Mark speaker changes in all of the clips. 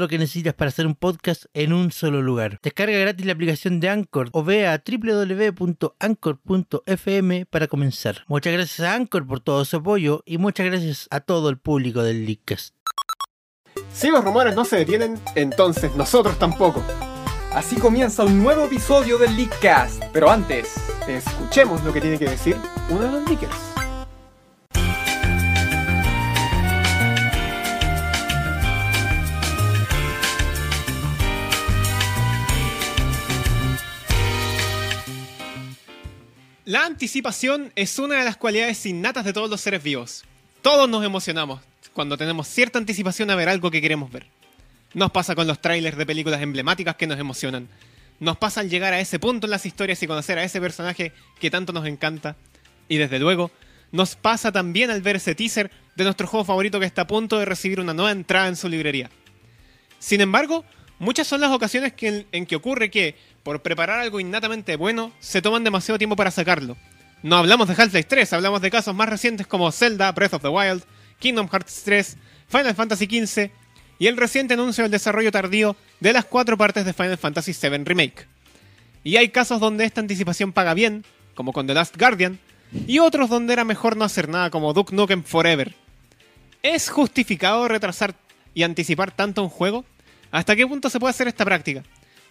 Speaker 1: lo que necesitas para hacer un podcast en un solo lugar. Descarga gratis la aplicación de Anchor o ve a www.anchor.fm para comenzar. Muchas gracias a Anchor por todo su apoyo y muchas gracias a todo el público del Leadcast.
Speaker 2: Si los rumores no se detienen, entonces nosotros tampoco.
Speaker 3: Así comienza un nuevo episodio del Leakcast. Pero antes,
Speaker 2: Escuchemos lo que tiene que decir uno de los leakers.
Speaker 4: La anticipación es una de las cualidades innatas de todos los seres vivos. Todos nos emocionamos cuando tenemos cierta anticipación a ver algo que queremos ver. Nos pasa con los trailers de películas emblemáticas que nos emocionan. Nos pasa al llegar a ese punto en las historias y conocer a ese personaje que tanto nos encanta. Y desde luego, nos pasa también al ver ese teaser de nuestro juego favorito que está a punto de recibir una nueva entrada en su librería. Sin embargo, muchas son las ocasiones que- en, que ocurre que, por preparar algo innatamente bueno, se toman demasiado tiempo para sacarlo. No hablamos de Half-Life 3, hablamos de casos más recientes como Zelda, Breath of the Wild, Kingdom Hearts 3, Final Fantasy XV y el reciente anuncio del desarrollo tardío de las cuatro partes de Final Fantasy VII Remake. Y hay casos donde esta anticipación paga bien, como con The Last Guardian, y otros donde era mejor no hacer nada, como Duke Nukem Forever. ¿Es justificado retrasar y anticipar tanto un juego? ¿Hasta qué punto se puede hacer esta práctica?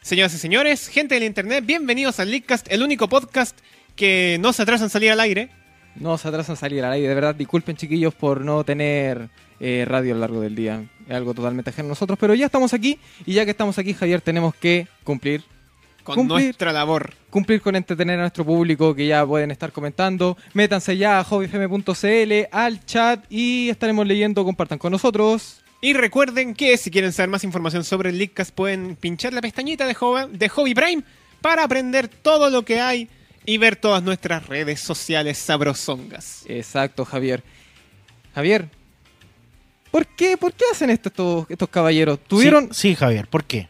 Speaker 4: Señoras y señores, gente del internet, bienvenidos al Leakcast, el único podcast que no se atrasa en salir al aire.
Speaker 3: no se atrasan salir al aire. De verdad, disculpen chiquillos por no tener eh, radio a lo largo del día. Es algo totalmente ajeno a nosotros, pero ya estamos aquí y ya que estamos aquí, Javier, tenemos que cumplir
Speaker 4: Con
Speaker 3: Cumplir.
Speaker 4: nuestra labor.
Speaker 3: cumplir con entretener a nuestro público que ya pueden estar comentando. Métanse ya a hobbyfm.cl, al chat y estaremos leyendo, compartan con nosotros.
Speaker 4: Y recuerden que si quieren saber más información sobre el Leakcast pueden pinchar la pestañita de, Hob- de Hobby Prime para aprender todo lo que hay y ver todas nuestras redes sociales sabrosongas.
Speaker 3: Exacto, Javier. Javier, ¿por qué, por qué hacen esto estos, estos caballeros? Tuvieron...
Speaker 1: Sí, Javier, ¿por qué?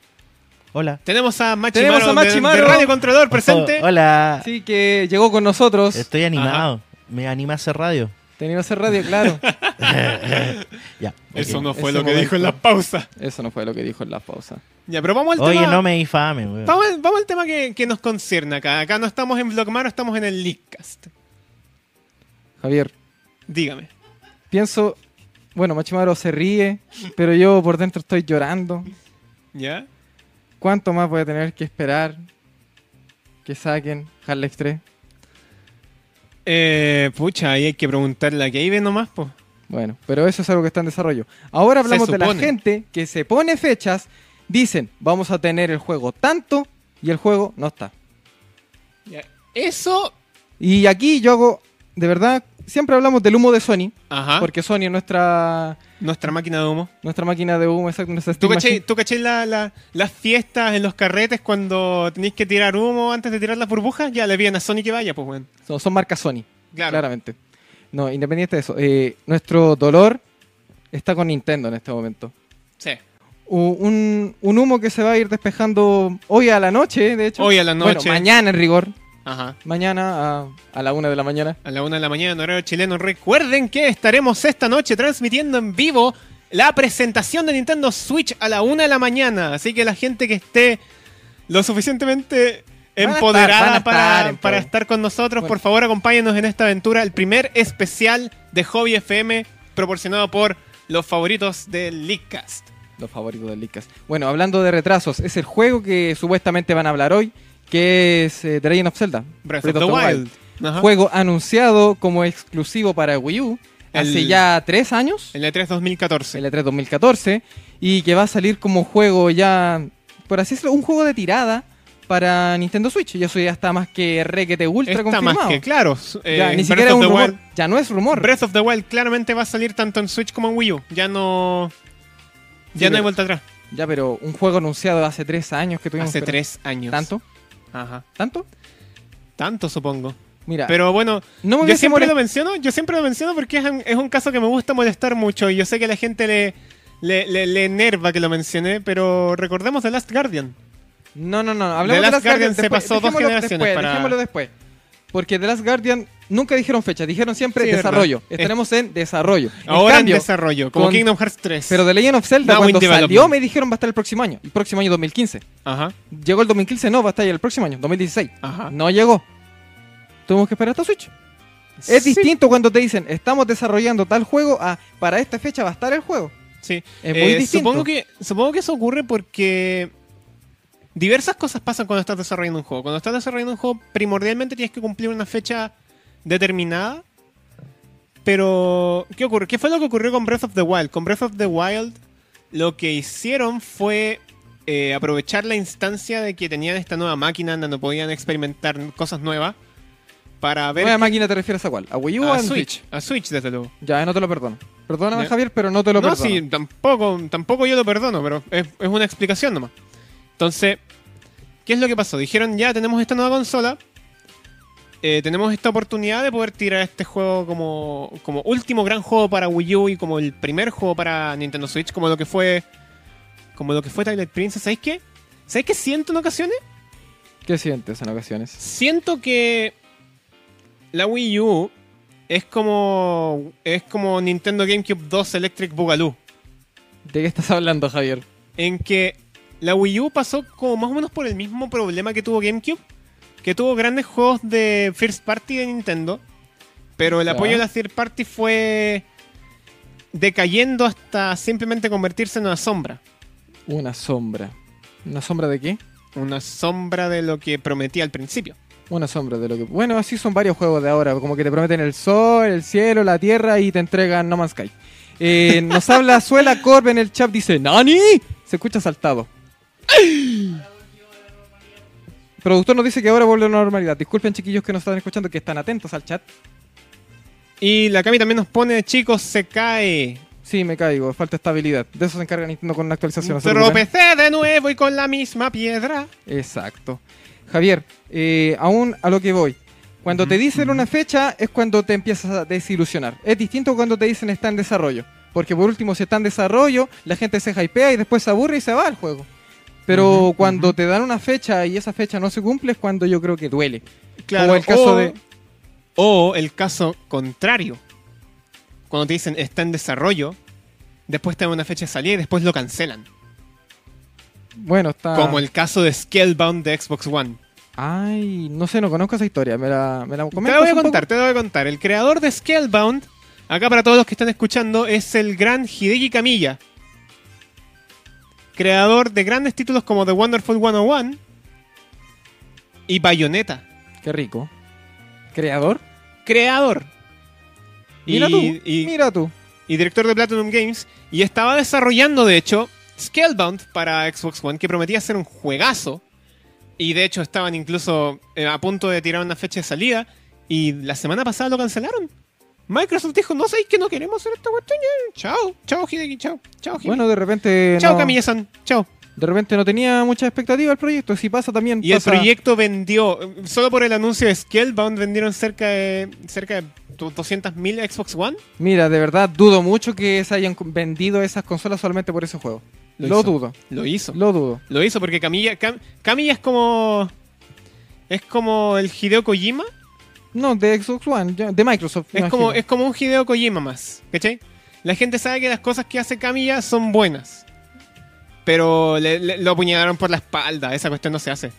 Speaker 1: Hola.
Speaker 4: Tenemos a Machimaro,
Speaker 3: Tenemos a
Speaker 4: de-
Speaker 3: Machimaro.
Speaker 4: de Radio Controlador presente.
Speaker 1: hola.
Speaker 3: Así que llegó con nosotros.
Speaker 1: Estoy animado. Me animé a hacer radio.
Speaker 3: Tenía que hacer radio, claro.
Speaker 1: Ya.
Speaker 4: Eso
Speaker 1: ok.
Speaker 4: no fue
Speaker 3: Ese
Speaker 4: lo que dijo en la
Speaker 3: momento.
Speaker 4: pausa.
Speaker 3: Eso no fue lo que dijo en la pausa.
Speaker 4: Ya, pero vamos al
Speaker 1: Oye,
Speaker 4: tema.
Speaker 1: no me difame, weón.
Speaker 4: Vamos, al- vamos al tema que, que nos concierne acá. Acá no estamos en Vlogmaro, estamos en el Leakcast.
Speaker 3: Javier,
Speaker 4: Dígame.
Speaker 3: pienso... Bueno, Machimaro se ríe, pero yo por dentro estoy llorando.
Speaker 4: ¿Ya?
Speaker 3: ¿Cuánto más voy a tener que esperar que saquen Half-Life 3?
Speaker 4: Eh, pucha, ahí hay que preguntarle a Keibe nomás, po.
Speaker 3: Bueno, pero eso es algo que está en desarrollo. Ahora hablamos
Speaker 4: Se
Speaker 3: de la
Speaker 4: supone.
Speaker 3: gente que se pone fechas, dicen, vamos a tener el juego tanto y el juego no está.
Speaker 4: Ya. Eso.
Speaker 3: Y aquí yo hago, de verdad, siempre hablamos del humo de Sony,
Speaker 4: Ajá.
Speaker 3: porque Sony es nuestra,
Speaker 4: Nuestra máquina de humo.
Speaker 3: nuestra máquina de humo, exacto, nuestra
Speaker 4: ¿Tú
Speaker 3: Steam
Speaker 4: cachai,
Speaker 3: Machine.
Speaker 4: tú cachai la- la- las fiestas en los carretes cuando tenéis que tirar humo antes de tirar las burbujas? Ya le piden a Sony que vaya, pues, weón.
Speaker 3: Son, son marcas Sony,
Speaker 4: Claro.
Speaker 3: claramente. No, independiente de eso, eh, nuestro dolor está con Nintendo en este momento.
Speaker 4: Sí.
Speaker 3: u- un, un humo que se va a ir despejando hoy a la noche, de hecho.
Speaker 4: Hoy a la noche.
Speaker 3: Bueno, mañana en rigor.
Speaker 4: Ajá.
Speaker 3: Mañana a, a la una de la mañana.
Speaker 4: A la una de la mañana en horario chileno. Recuerden que estaremos esta noche transmitiendo en vivo la presentación de Nintendo Switch a la una de la mañana. Así que la gente que esté lo suficientemente
Speaker 3: Van a estar,
Speaker 4: empoderada
Speaker 3: van a
Speaker 4: para,
Speaker 3: estar empoderadas.
Speaker 4: para estar con nosotros, por
Speaker 3: Bueno.
Speaker 4: favor acompáñenos en esta aventura. El primer especial de Hobby FM proporcionado por los favoritos del Leakcast.
Speaker 3: Los favoritos del Licas. Bueno, hablando de retrasos, es el juego que supuestamente van a hablar hoy, que es eh, The Legend of Zelda.
Speaker 4: Breath, of the, Wild. Ajá.
Speaker 3: Juego anunciado como exclusivo para Wii U hace
Speaker 4: El-
Speaker 3: ya tres años,
Speaker 4: En la 3 2014.
Speaker 3: el E E3 2014, y que va a salir como juego ya, por así decirlo, un juego de tirada para Nintendo Switch. Y eso ya está más que requete ultra
Speaker 4: Está
Speaker 3: confirmado.
Speaker 4: más que claro. s- eh,
Speaker 3: ya, ni
Speaker 4: Breath
Speaker 3: siquiera es
Speaker 4: of
Speaker 3: un
Speaker 4: the
Speaker 3: rumor.
Speaker 4: Wild-
Speaker 3: Ya no es rumor.
Speaker 4: Breath of the Wild claramente va a salir tanto en Switch como en Wii U. Ya no. Ya no
Speaker 3: Sí,
Speaker 4: hay
Speaker 3: pero-
Speaker 4: vuelta atrás.
Speaker 3: Ya, pero un juego anunciado hace tres años que tuvimos.
Speaker 4: Hace
Speaker 3: pero-
Speaker 4: tres años.
Speaker 3: ¿Tanto?
Speaker 4: Ajá.
Speaker 3: ¿Tanto?
Speaker 4: Tanto, supongo.
Speaker 3: Mira,
Speaker 4: Pero bueno,
Speaker 3: no me
Speaker 4: yo
Speaker 3: hubiese
Speaker 4: siempre
Speaker 3: molest-
Speaker 4: lo menciono, yo siempre lo menciono porque es un, es un caso que me gusta molestar mucho y yo sé que a la gente le, le, le- le enerva que lo mencioné, pero recordemos The Last Guardian.
Speaker 3: No, no, no. Hablemos
Speaker 4: The
Speaker 3: de
Speaker 4: Last
Speaker 3: Last Guardian.
Speaker 4: Guardian se
Speaker 3: después.
Speaker 4: pasó dos
Speaker 3: Dejémoslo
Speaker 4: generaciones
Speaker 3: después,
Speaker 4: para-
Speaker 3: dejémoslo después. Porque The Last Guardian nunca dijeron fecha, dijeron siempre
Speaker 4: Sí, es
Speaker 3: desarrollo.
Speaker 4: verdad.
Speaker 3: Estaremos en desarrollo. En
Speaker 4: Ahora
Speaker 3: cambio,
Speaker 4: en desarrollo, como
Speaker 3: con-
Speaker 4: Kingdom Hearts 3.
Speaker 3: Pero The Legend of Zelda,
Speaker 4: Now in
Speaker 3: cuando salió,
Speaker 4: development.
Speaker 3: me dijeron va a estar el próximo año. El próximo año 2015.
Speaker 4: Ajá,
Speaker 3: Llegó el 2015, no, va a estar el próximo año, 2016.
Speaker 4: ajá.
Speaker 3: No llegó. Tuvimos que esperar hasta Switch. Es
Speaker 4: Sí,
Speaker 3: distinto cuando te dicen, estamos desarrollando tal juego, a para esta fecha va a estar el juego.
Speaker 4: Sí.
Speaker 3: Es muy
Speaker 4: Eh,
Speaker 3: distinto.
Speaker 4: Supongo que, supongo que eso ocurre porque diversas cosas pasan cuando estás desarrollando un juego. Cuando estás desarrollando un juego, primordialmente tienes que cumplir una fecha determinada. Pero, ¿qué ocurre? ¿Qué fue lo que ocurrió con Breath of the Wild? Con Breath of the Wild, lo que hicieron fue eh, aprovechar la instancia de que tenían esta nueva máquina donde podían experimentar cosas nuevas para ver.
Speaker 3: ¿Nueva máquina te refieres a cuál? ¿A Wii U o
Speaker 4: a
Speaker 3: a
Speaker 4: Switch, a Switch, desde luego.
Speaker 3: Ya, no te lo perdono. Perdóname,
Speaker 4: Ya.
Speaker 3: Javier, pero no te lo
Speaker 4: no,
Speaker 3: perdono.
Speaker 4: sí, tampoco, tampoco yo lo perdono, pero es, es una explicación nomás. Entonces, ¿qué es lo que pasó? Dijeron, ya tenemos esta nueva consola, eh, tenemos esta oportunidad de poder tirar este juego como, como último gran juego para Wii U y como el primer juego para Nintendo Switch, como lo que fue como lo que fue Twilight Princess. ¿Sabéis qué? ¿Sabéis qué siento en ocasiones?
Speaker 3: ¿Qué sientes en ocasiones?
Speaker 4: Siento que la Wii U es como es como Nintendo GameCube 2 Electric Boogaloo.
Speaker 3: ¿De qué estás hablando, Javier?
Speaker 4: en que la Wii U pasó como más o menos por el mismo problema que tuvo GameCube, que tuvo grandes juegos de first party de Nintendo, pero el
Speaker 3: Ya.
Speaker 4: apoyo de la third party fue decayendo hasta simplemente convertirse en una sombra,
Speaker 3: Una sombra. ¿Una sombra de qué?
Speaker 4: una sombra de lo que prometía al principio.
Speaker 3: Una sombra de lo que... Bueno, así son varios juegos de ahora, como que te prometen el sol, el cielo, la tierra y te entregan No Man's Sky. Eh, nos habla Suela Corb en el chat, dice ¡Nani! Se escucha saltado. El productor nos dice que ahora vuelve a la normalidad. Disculpen chiquillos que nos están escuchando, que están atentos al chat.
Speaker 4: Y la Cami también nos pone, chicos, se cae.
Speaker 3: Sí, me caigo, falta estabilidad. De eso se encarga Nintendo con una actualización. no se preocupen.
Speaker 4: Tropecé de nuevo y con la misma piedra.
Speaker 3: Exacto. Javier, eh, aún a lo que voy. Cuando te dicen una fecha es cuando te empiezas a desilusionar. Es distinto cuando te dicen está en desarrollo. Porque por último, si está en desarrollo, la gente se hypea y después se aburre y se va al juego. Pero
Speaker 4: Ujú,
Speaker 3: cuando
Speaker 4: ujú.
Speaker 3: te dan una fecha y esa fecha no se cumple es cuando yo creo que duele.
Speaker 4: Claro,
Speaker 3: Como el caso
Speaker 4: o-
Speaker 3: de...
Speaker 4: O el caso contrario. Cuando te dicen está en desarrollo, después te dan una fecha de salida y después lo cancelan.
Speaker 3: Bueno, está...
Speaker 4: Como el caso de Scalebound de Xbox One.
Speaker 3: Ay, no sé, no conozco esa historia. Me la, me la
Speaker 4: Te
Speaker 3: comentas
Speaker 4: la voy a
Speaker 3: un poco?
Speaker 4: contar, te la voy a contar. El creador de Scalebound, acá para todos los que están escuchando, es el gran Hideki Kamiya. Creador de grandes títulos como The Wonderful 101 y Bayonetta.
Speaker 3: Qué rico. ¿Creador?
Speaker 4: Creador.
Speaker 3: Mira
Speaker 4: Y-
Speaker 3: tú.
Speaker 4: y-
Speaker 3: Mira tú.
Speaker 4: y director de Platinum Games, y estaba desarrollando, de hecho, Scalebound para Xbox One, que prometía ser un juegazo. Y de hecho estaban incluso eh, a punto de tirar una fecha de salida. Y la semana pasada lo cancelaron. Microsoft dijo, no sabéis que no queremos hacer esta cuestión. ya. Chao, chao Hideki, chao, chao Hideki.
Speaker 3: Bueno, de repente...
Speaker 4: chao
Speaker 3: no-
Speaker 4: Camilla-san, chao.
Speaker 3: De repente no tenía mucha expectativa el proyecto. Si pasa también.
Speaker 4: Y el
Speaker 3: pasa-
Speaker 4: proyecto vendió, eh, solo por el anuncio de Scalebound vendieron cerca de, cerca de 200.000 Xbox One.
Speaker 3: Mira, de verdad dudo mucho que se hayan vendido esas consolas solamente por ese juego. Lo,
Speaker 4: Lo hizo.
Speaker 3: dudo.
Speaker 4: Lo hizo.
Speaker 3: Lo dudo.
Speaker 4: Lo hizo porque Camilla, Cam- Camilla es como. Es como el Hideo Kojima.
Speaker 3: No, de Xbox One, ya- de Microsoft. me
Speaker 4: Es como,
Speaker 3: imagino.
Speaker 4: es como un Hideo Kojima más. ¿Cachai? La gente sabe que las cosas que hace Camilla son buenas. Pero le- le- lo apuñalaron por la espalda. Esa cuestión no se hace.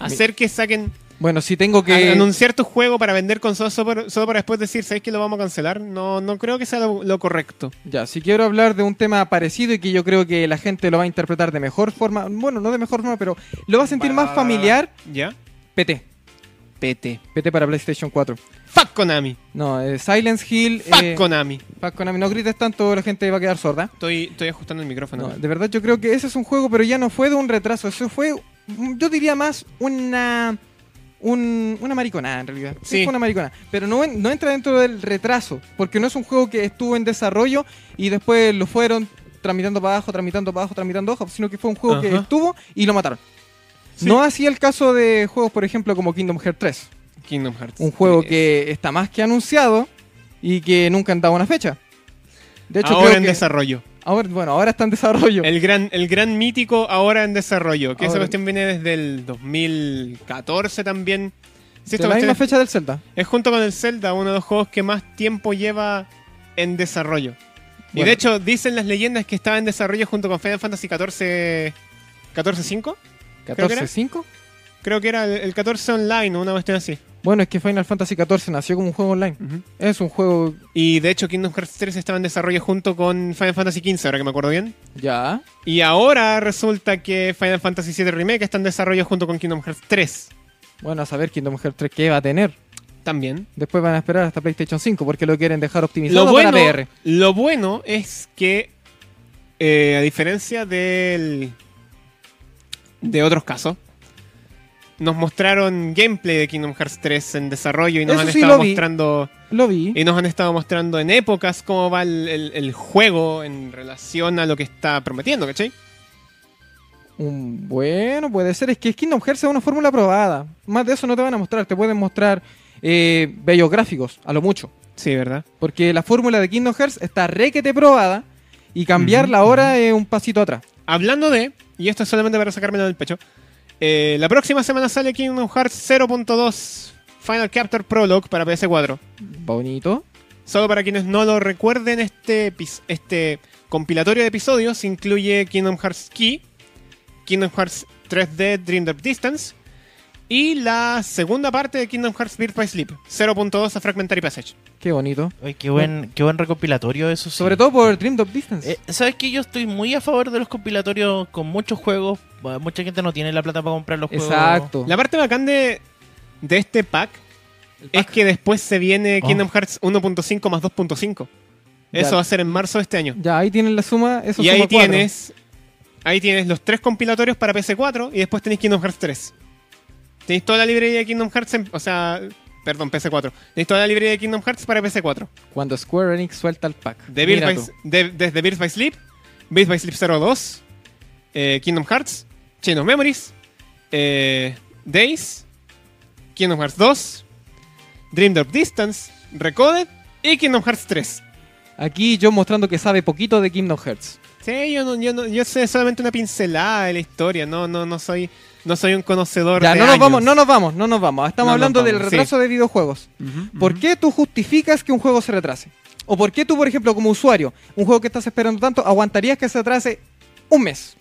Speaker 4: Hacer que saquen.
Speaker 3: Bueno, si tengo que.
Speaker 4: a- Anunciar tu juego para vender consolas solo, para- solo para después decir, ¿sabes que lo vamos a cancelar? No, no creo que sea lo, lo correcto.
Speaker 3: Ya, si quiero hablar de un tema parecido y que yo creo que la gente lo va a interpretar de mejor forma. Bueno, no de mejor forma, pero lo va a sentir
Speaker 4: Ah.
Speaker 3: más familiar.
Speaker 4: ¿Ya?
Speaker 3: PT.
Speaker 4: Pete.
Speaker 3: PT para PlayStation 4.
Speaker 4: Fuck Konami.
Speaker 3: No, eh, Silence Hill.
Speaker 4: Fuck
Speaker 3: eh,
Speaker 4: Konami.
Speaker 3: Fuck Konami. No grites tanto, la gente va a quedar sorda.
Speaker 4: Estoy, estoy ajustando el micrófono.
Speaker 3: No, de verdad yo creo que ese es un juego, pero ya no fue de un retraso, eso fue mm, yo diría más una, un- una mariconada en realidad. Sí.
Speaker 4: Sí.
Speaker 3: fue una mariconada. Pero no, en- no entra dentro del retraso, porque no es un juego que estuvo en desarrollo y después lo fueron tramitando para abajo, tramitando para abajo, tramitando abajo, sino que fue un juego que
Speaker 4: Ajá.
Speaker 3: estuvo y lo mataron.
Speaker 4: Sí.
Speaker 3: No así el caso de juegos, por ejemplo, como Kingdom Hearts 3.
Speaker 4: Kingdom Hearts.
Speaker 3: Un juego
Speaker 4: tres.
Speaker 3: que está más que anunciado y que nunca han dado una fecha. De hecho,
Speaker 4: ahora
Speaker 3: creo
Speaker 4: en
Speaker 3: que-
Speaker 4: desarrollo.
Speaker 3: ahora- bueno, ahora está en desarrollo.
Speaker 4: El gran, el gran mítico ahora en desarrollo. Que esa
Speaker 3: Ahora-
Speaker 4: cuestión viene desde el 2014 también. Sí,
Speaker 3: de
Speaker 4: esta
Speaker 3: la
Speaker 4: cuestión
Speaker 3: misma
Speaker 4: es,
Speaker 3: fecha del Zelda.
Speaker 4: es junto con el Zelda uno de los juegos que más tiempo lleva en desarrollo. Y
Speaker 3: Bueno.
Speaker 4: de hecho dicen las leyendas que estaba en desarrollo junto con Final Fantasy 14... 14.5 Creo que era.
Speaker 3: 14.5
Speaker 4: creo que era el, el 14 online o una cuestión así.
Speaker 3: Bueno, es que Final Fantasy XIV nació como un juego online. Es un juego
Speaker 4: Y de hecho Kingdom Hearts 3 estaba en desarrollo junto con Final Fantasy 15, ahora que me acuerdo bien.
Speaker 3: ya.
Speaker 4: Y ahora resulta que Final Fantasy VII Remake está en desarrollo junto con Kingdom Hearts 3
Speaker 3: Bueno, a saber Kingdom Hearts 3 qué va a tener.
Speaker 4: también.
Speaker 3: Después van a esperar hasta PlayStation 5 porque lo quieren dejar optimizado
Speaker 4: Lo bueno,
Speaker 3: para VR.
Speaker 4: lo bueno es que, eh, a diferencia del, de otros casos, nos mostraron gameplay de Kingdom Hearts 3 en desarrollo y nos
Speaker 3: Eso
Speaker 4: han
Speaker 3: sí
Speaker 4: estado
Speaker 3: lo vi.
Speaker 4: mostrando...
Speaker 3: Lo vi.
Speaker 4: Y nos han estado mostrando en épocas cómo va el, el- el juego en relación a lo que está prometiendo, ¿cachai?
Speaker 3: Un- bueno, puede ser. Es que Kingdom Hearts es una fórmula probada. Más de eso no te van a mostrar. Te pueden mostrar eh, bellos gráficos, a lo mucho.
Speaker 4: Sí, ¿verdad?
Speaker 3: Porque la fórmula de Kingdom Hearts está requete probada y cambiarla ahora es un pasito atrás.
Speaker 4: Hablando de, y esto es solamente para sacármelo del pecho, eh, la próxima semana sale Kingdom Hearts 0.2 Final Capture Prologue para PS4.
Speaker 3: Bonito.
Speaker 4: Solo para quienes no lo recuerden, este, epi- este compilatorio de episodios incluye Kingdom Hearts Key, Kingdom Hearts 3D Dream Deep Distance y la segunda parte de Kingdom Hearts Birth by Sleep, 0.2 a Fragmentary Passage.
Speaker 3: Qué bonito.
Speaker 1: Oye, qué buen, qué buen recopilatorio eso. sí.
Speaker 3: Sobre todo por Dream of Distance.
Speaker 1: Eh, ¿Sabes que Yo estoy muy a favor de los compilatorios con muchos juegos. Bueno, Mucha gente no tiene la plata para comprar los juegos.
Speaker 3: Exacto.
Speaker 4: La parte bacán de, de este pack, es que después se viene
Speaker 1: Oh.
Speaker 4: Kingdom Hearts 1.5 más 2.5. Eso
Speaker 3: Ya.
Speaker 4: va a ser en marzo de este año.
Speaker 3: Ya, ahí tienen la suma. Eso
Speaker 4: y
Speaker 3: suma
Speaker 4: ahí
Speaker 3: cuatro.
Speaker 4: tienes ahí tienes los tres compilatorios para PC4 y después tenéis Kingdom Hearts 3. Tenéis toda la librería de Kingdom Hearts, en- o sea, perdón, PC4. Tenéis toda la librería de Kingdom Hearts para PC4.
Speaker 3: Cuando Square Enix suelta el pack.
Speaker 4: De Birth
Speaker 3: Mira
Speaker 4: by,
Speaker 3: tú.
Speaker 4: de- desde Birth by Sleep, Birth by Sleep 02, eh, Kingdom Hearts, Chain of Memories, eh, Days, Kingdom Hearts 2, Dream Drop Distance, Recoded y Kingdom Hearts 3.
Speaker 3: Aquí yo mostrando que sabe poquito de Kingdom Hearts.
Speaker 4: Sí, yo, no, yo, no- yo sé solamente una pincelada de la historia, no, no, no, soy, no soy un conocedor
Speaker 3: Ya,
Speaker 4: de
Speaker 3: no nos
Speaker 4: años.
Speaker 3: vamos, no nos vamos, no nos vamos. Estamos
Speaker 4: No nos
Speaker 3: hablando del
Speaker 4: vamos,
Speaker 3: retraso de videojuegos. ¿Por qué tú justificas que un juego se retrase? ¿O por qué tú, por ejemplo, como usuario, un juego que estás esperando tanto, aguantarías que se atrase un mes?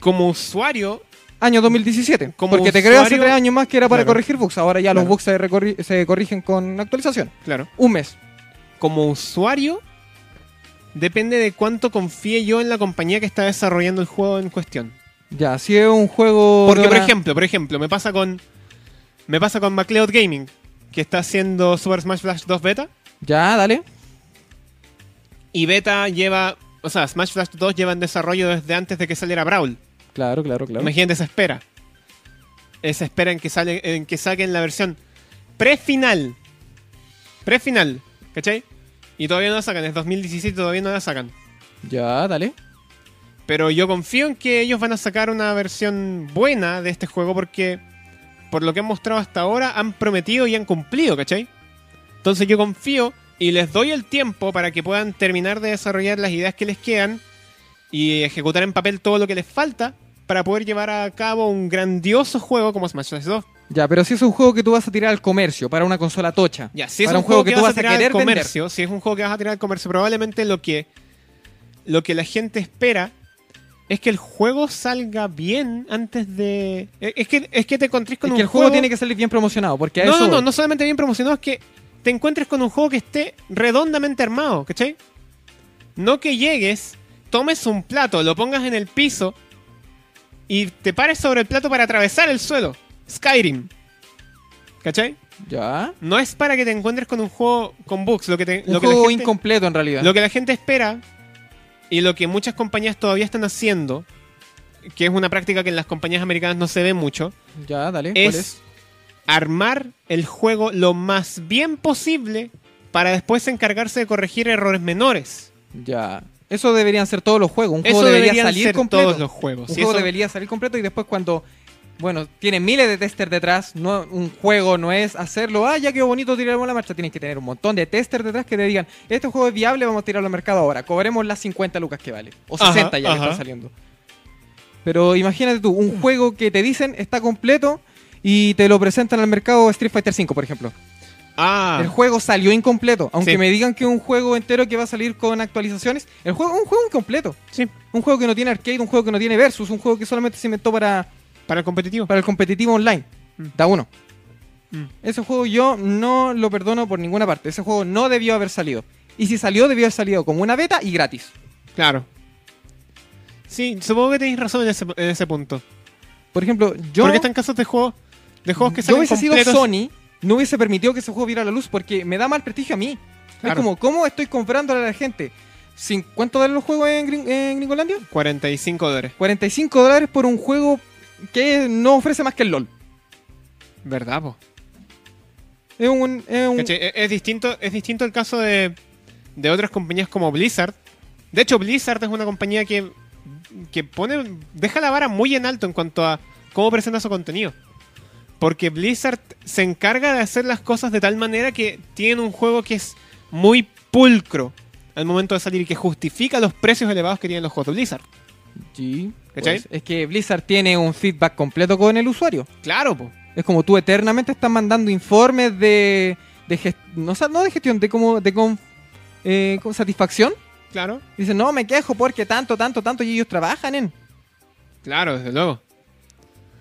Speaker 4: Como usuario,
Speaker 3: Año 2017.
Speaker 4: Como
Speaker 3: porque te creo hace
Speaker 4: usuario-
Speaker 3: tres años más que era para
Speaker 4: Claro.
Speaker 3: corregir bugs. Ahora ya los
Speaker 4: Claro.
Speaker 3: bugs se, recorri- se corrigen con actualización.
Speaker 4: claro,
Speaker 3: Un mes.
Speaker 4: como usuario depende de cuánto confíe yo en la compañía que está desarrollando el juego en cuestión.
Speaker 3: Ya, si es un juego.
Speaker 4: Porque
Speaker 3: de
Speaker 4: por
Speaker 3: una-
Speaker 4: ejemplo, por ejemplo, me pasa con me pasa con MacLeod Gaming, que está haciendo Super Smash Bros 2 beta
Speaker 3: Ya, dale.
Speaker 4: y beta lleva, o sea, Smash Bros 2 lleva en desarrollo desde antes de que saliera Brawl.
Speaker 3: Claro, claro, claro.
Speaker 4: Imagínate esa espera. Esa espera en que sale en que saquen la versión prefinal. Prefinal, ¿cachai? Y todavía no la sacan, es 2017 todavía no la sacan.
Speaker 3: Ya, dale.
Speaker 4: Pero yo confío en que ellos van a sacar una versión buena de este juego porque por lo que han mostrado hasta ahora han prometido y han cumplido, ¿cachai? Entonces yo confío y les doy el tiempo para que puedan terminar de desarrollar las ideas que les quedan y ejecutar en papel todo lo que les falta para poder llevar a cabo un grandioso juego como Smash Bros. 2.
Speaker 3: Ya, pero si es un juego que tú vas a tirar al comercio para una consola tocha.
Speaker 4: Ya, si es
Speaker 3: para
Speaker 4: un, juego, que,
Speaker 3: tú
Speaker 4: vas a
Speaker 3: vas a
Speaker 4: tirar al
Speaker 3: querer vender.
Speaker 4: comercio, si es un juego que vas a tirar al comercio, probablemente lo que lo que la gente espera es que el juego salga bien antes de eh, es que es que te encontrés con
Speaker 3: Es
Speaker 4: un
Speaker 3: que el juego tiene que salir bien promocionado, porque a
Speaker 4: no,
Speaker 3: eso
Speaker 4: no, no,
Speaker 3: voy.
Speaker 4: no solamente bien promocionado, es que te encuentres con un juego que esté redondamente armado, ¿cachai? No que llegues, tomes un plato, lo pongas en el piso y te pares sobre el plato para atravesar el suelo. Skyrim. ¿Cachai?
Speaker 3: Ya.
Speaker 4: no es para que te encuentres con un juego con bugs. Lo que, te-
Speaker 3: Un
Speaker 4: lo que la
Speaker 3: juego
Speaker 4: gente-
Speaker 3: incompleto en realidad.
Speaker 4: lo que la gente espera y lo que muchas compañías todavía están haciendo, que es una práctica que en las compañías americanas no se ve mucho,
Speaker 3: Ya, dale. ¿Eh? ¿cuál
Speaker 4: es,
Speaker 3: es?
Speaker 4: armar el juego lo más bien posible para después encargarse de corregir errores menores.
Speaker 3: Ya. Eso deberían ser todos los juegos. Un
Speaker 4: Eso
Speaker 3: juego debería
Speaker 4: deberían
Speaker 3: salir
Speaker 4: ser
Speaker 3: completo.
Speaker 4: todos los
Speaker 3: Un
Speaker 4: juegos. Y
Speaker 3: juego
Speaker 4: eso-
Speaker 3: debería salir completo y después cuando, bueno, tienen miles de testers detrás, no, un juego no es hacerlo, ah, ya quedó bonito tirarlo a la marcha, tienes que tener un montón de testers detrás que te digan, este juego es viable, vamos a tirarlo al mercado ahora, cobremos las 50 lucas que vale, o
Speaker 4: Ajá,
Speaker 3: 60 ya que
Speaker 4: ajá.
Speaker 3: está saliendo. Pero imagínate tú, un juego que te dicen está completo y te lo presentan al mercado Street Fighter V, por ejemplo.
Speaker 4: Ah,
Speaker 3: El juego salió incompleto, aunque
Speaker 4: Sí.
Speaker 3: me digan que es un juego entero que va a salir con actualizaciones, el juego es un juego incompleto.
Speaker 4: sí,
Speaker 3: Un juego que no tiene arcade, un juego que no tiene versus, un juego que solamente se inventó para,
Speaker 4: para el competitivo.
Speaker 3: para el competitivo online.
Speaker 4: Mm.
Speaker 3: Da uno.
Speaker 4: Mm.
Speaker 3: Ese juego yo no lo perdono por ninguna parte. Ese juego no debió haber salido. Y si salió, debió haber salido como una beta y gratis.
Speaker 4: Claro. Sí, supongo que tenéis razón en ese, en ese punto.
Speaker 3: Por ejemplo, yo,
Speaker 4: Porque están casos de juegos, de juegos que
Speaker 3: yo
Speaker 4: salen
Speaker 3: hubiese sido
Speaker 4: completos.
Speaker 3: Sony, no hubiese permitido que ese juego viera la luz porque me da mal prestigio a mí. Es
Speaker 4: Claro.
Speaker 3: como, ¿cómo estoy comprándole a la gente? ¿Sin cuánto dan los juegos en, Gring- en Gringolandia?
Speaker 4: 45 dólares,
Speaker 3: 45 dólares por un juego que no ofrece más que el LOL.
Speaker 4: ¿verdad? po?
Speaker 3: Es un, es un-
Speaker 4: ¿Cachai? Es, es distinto, es distinto el caso de, de otras compañías como Blizzard. De hecho, Blizzard es una compañía que, que pone, deja la vara muy en alto en cuanto a cómo presenta su contenido. Porque Blizzard se encarga de hacer las cosas de tal manera que tienen un juego que es muy pulcro al momento de salir y que justifica los precios elevados que tienen los juegos de Blizzard.
Speaker 3: Sí,
Speaker 4: ¿Cachai?
Speaker 3: pues, es que Blizzard tiene un feedback completo con el usuario.
Speaker 4: Claro, po.
Speaker 3: Es como tú eternamente estás mandando informes de, de gest- no, sa- no de gestión, de como de con, eh, con satisfacción.
Speaker 4: Claro,
Speaker 3: Dicen, no, me quejo porque tanto, tanto, tanto y ellos trabajan en...
Speaker 4: claro, desde luego.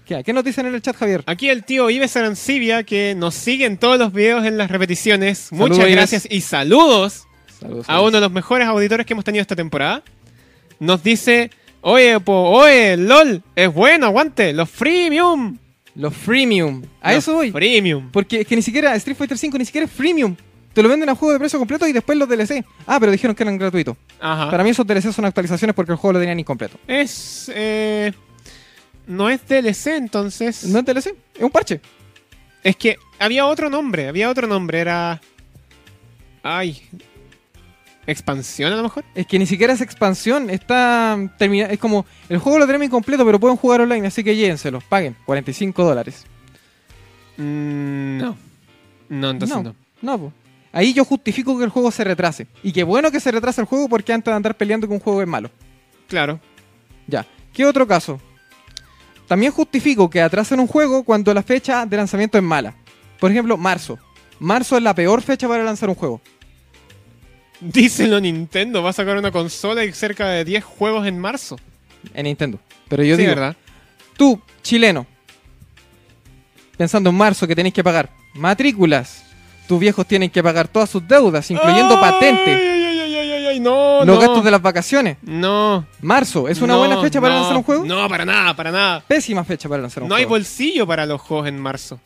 Speaker 3: ¿Qué, ¿Qué nos dicen en el chat, Javier?
Speaker 4: Aquí el tío Ives Arancibia, que nos sigue en todos los videos en las repeticiones. Muchas
Speaker 3: Ives.
Speaker 4: gracias y saludos
Speaker 3: Saludos.
Speaker 4: a Ah, uno de los mejores auditores que hemos tenido esta temporada. Nos dice, oye, po, oye, LOL, es bueno, aguante, los freemium.
Speaker 3: Los freemium. A
Speaker 4: Los
Speaker 3: eso voy.
Speaker 4: Freemium.
Speaker 3: Porque es que ni siquiera Street Fighter V ni siquiera es freemium. Te lo venden a juego de precio completo y después los DLC. Ah, pero dijeron que eran gratuitos.
Speaker 4: Ajá.
Speaker 3: Para mí esos DLC son actualizaciones porque el juego lo tenían incompleto.
Speaker 4: Es, eh, no es DLC entonces.
Speaker 3: No es DLC, es un parche.
Speaker 4: Es que había otro nombre, había otro nombre, era... Ay. Expansión a lo mejor.
Speaker 3: Es que ni siquiera es expansión, está terminado. Es como, el juego lo tenemos incompleto, pero pueden jugar online, así que llévenselo, paguen 45 dólares.
Speaker 4: Mm, no. No, entonces no.
Speaker 3: No, po. Ahí yo justifico que el juego se retrase. Y qué bueno que se retrase el juego porque antes de andar peleando que un juego es malo.
Speaker 4: Claro.
Speaker 3: Ya. ¿Qué otro caso? También justifico que atrasen un juego cuando la fecha de lanzamiento es mala. Por ejemplo, marzo. Marzo es la peor fecha para lanzar un juego.
Speaker 4: Díselo Nintendo, va a sacar una consola y cerca de 10 juegos en marzo.
Speaker 3: En Nintendo. Pero yo
Speaker 4: sí,
Speaker 3: digo,
Speaker 4: ¿verdad?
Speaker 3: Tú, chileno, pensando en marzo que tenéis que pagar matrículas, tus viejos tienen que pagar todas sus deudas, incluyendo
Speaker 4: ¡Ay,
Speaker 3: patente,
Speaker 4: ay, ay, ay, ay, ay, no,
Speaker 3: los
Speaker 4: no.
Speaker 3: gastos de las vacaciones.
Speaker 4: No.
Speaker 3: Marzo, ¿es una
Speaker 4: no,
Speaker 3: buena fecha para
Speaker 4: no,
Speaker 3: lanzar un juego?
Speaker 4: No, para nada, para nada.
Speaker 3: Pésima fecha para lanzar un
Speaker 4: No hay
Speaker 3: juego.
Speaker 4: bolsillo para los juegos en marzo.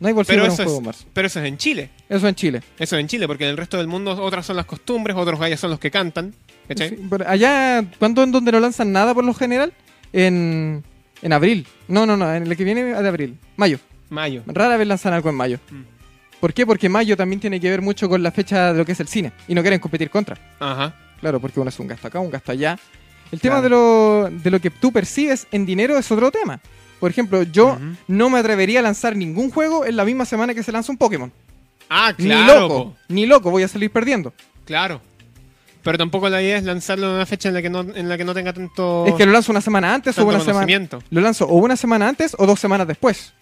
Speaker 3: no hay bolsillo
Speaker 4: Pero
Speaker 3: para un
Speaker 4: eso,
Speaker 3: juego
Speaker 4: es,
Speaker 3: en marzo.
Speaker 4: pero eso es en Chile.
Speaker 3: Eso en Chile.
Speaker 4: Eso es en Chile, porque en el resto del mundo otras son las costumbres, otros gallos son los que cantan. ¿cachai?
Speaker 3: Sí, pero allá, ¿cuándo en donde no lanzan nada por lo general? En, en abril. No, no, no, en el que viene de abril. Mayo.
Speaker 4: Mayo.
Speaker 3: Rara vez lanzan algo en mayo.
Speaker 4: Mm.
Speaker 3: ¿Por qué? Porque mayo también tiene que ver mucho con la fecha de lo que es el cine. Y no quieren competir contra.
Speaker 4: Ajá.
Speaker 3: Claro, porque uno es un gasto acá, un gasto allá. El tema
Speaker 4: Claro.
Speaker 3: de lo, de lo que tú percibes en dinero es otro tema. Por ejemplo, yo
Speaker 4: Ujú.
Speaker 3: no me atrevería a lanzar ningún juego en la misma semana que se lanza un Pokémon.
Speaker 4: Ah,
Speaker 3: ni
Speaker 4: claro.
Speaker 3: loco,
Speaker 4: po,
Speaker 3: ni loco, voy a salir perdiendo.
Speaker 4: Claro. Pero tampoco la idea es lanzarlo en una fecha en la que no, en la que no tenga tanto,
Speaker 3: Es que lo lanzo una semana antes o
Speaker 4: Oh. tanto
Speaker 3: una semana.
Speaker 4: conocimiento.
Speaker 3: Lo lanzo o una semana antes o dos semanas después.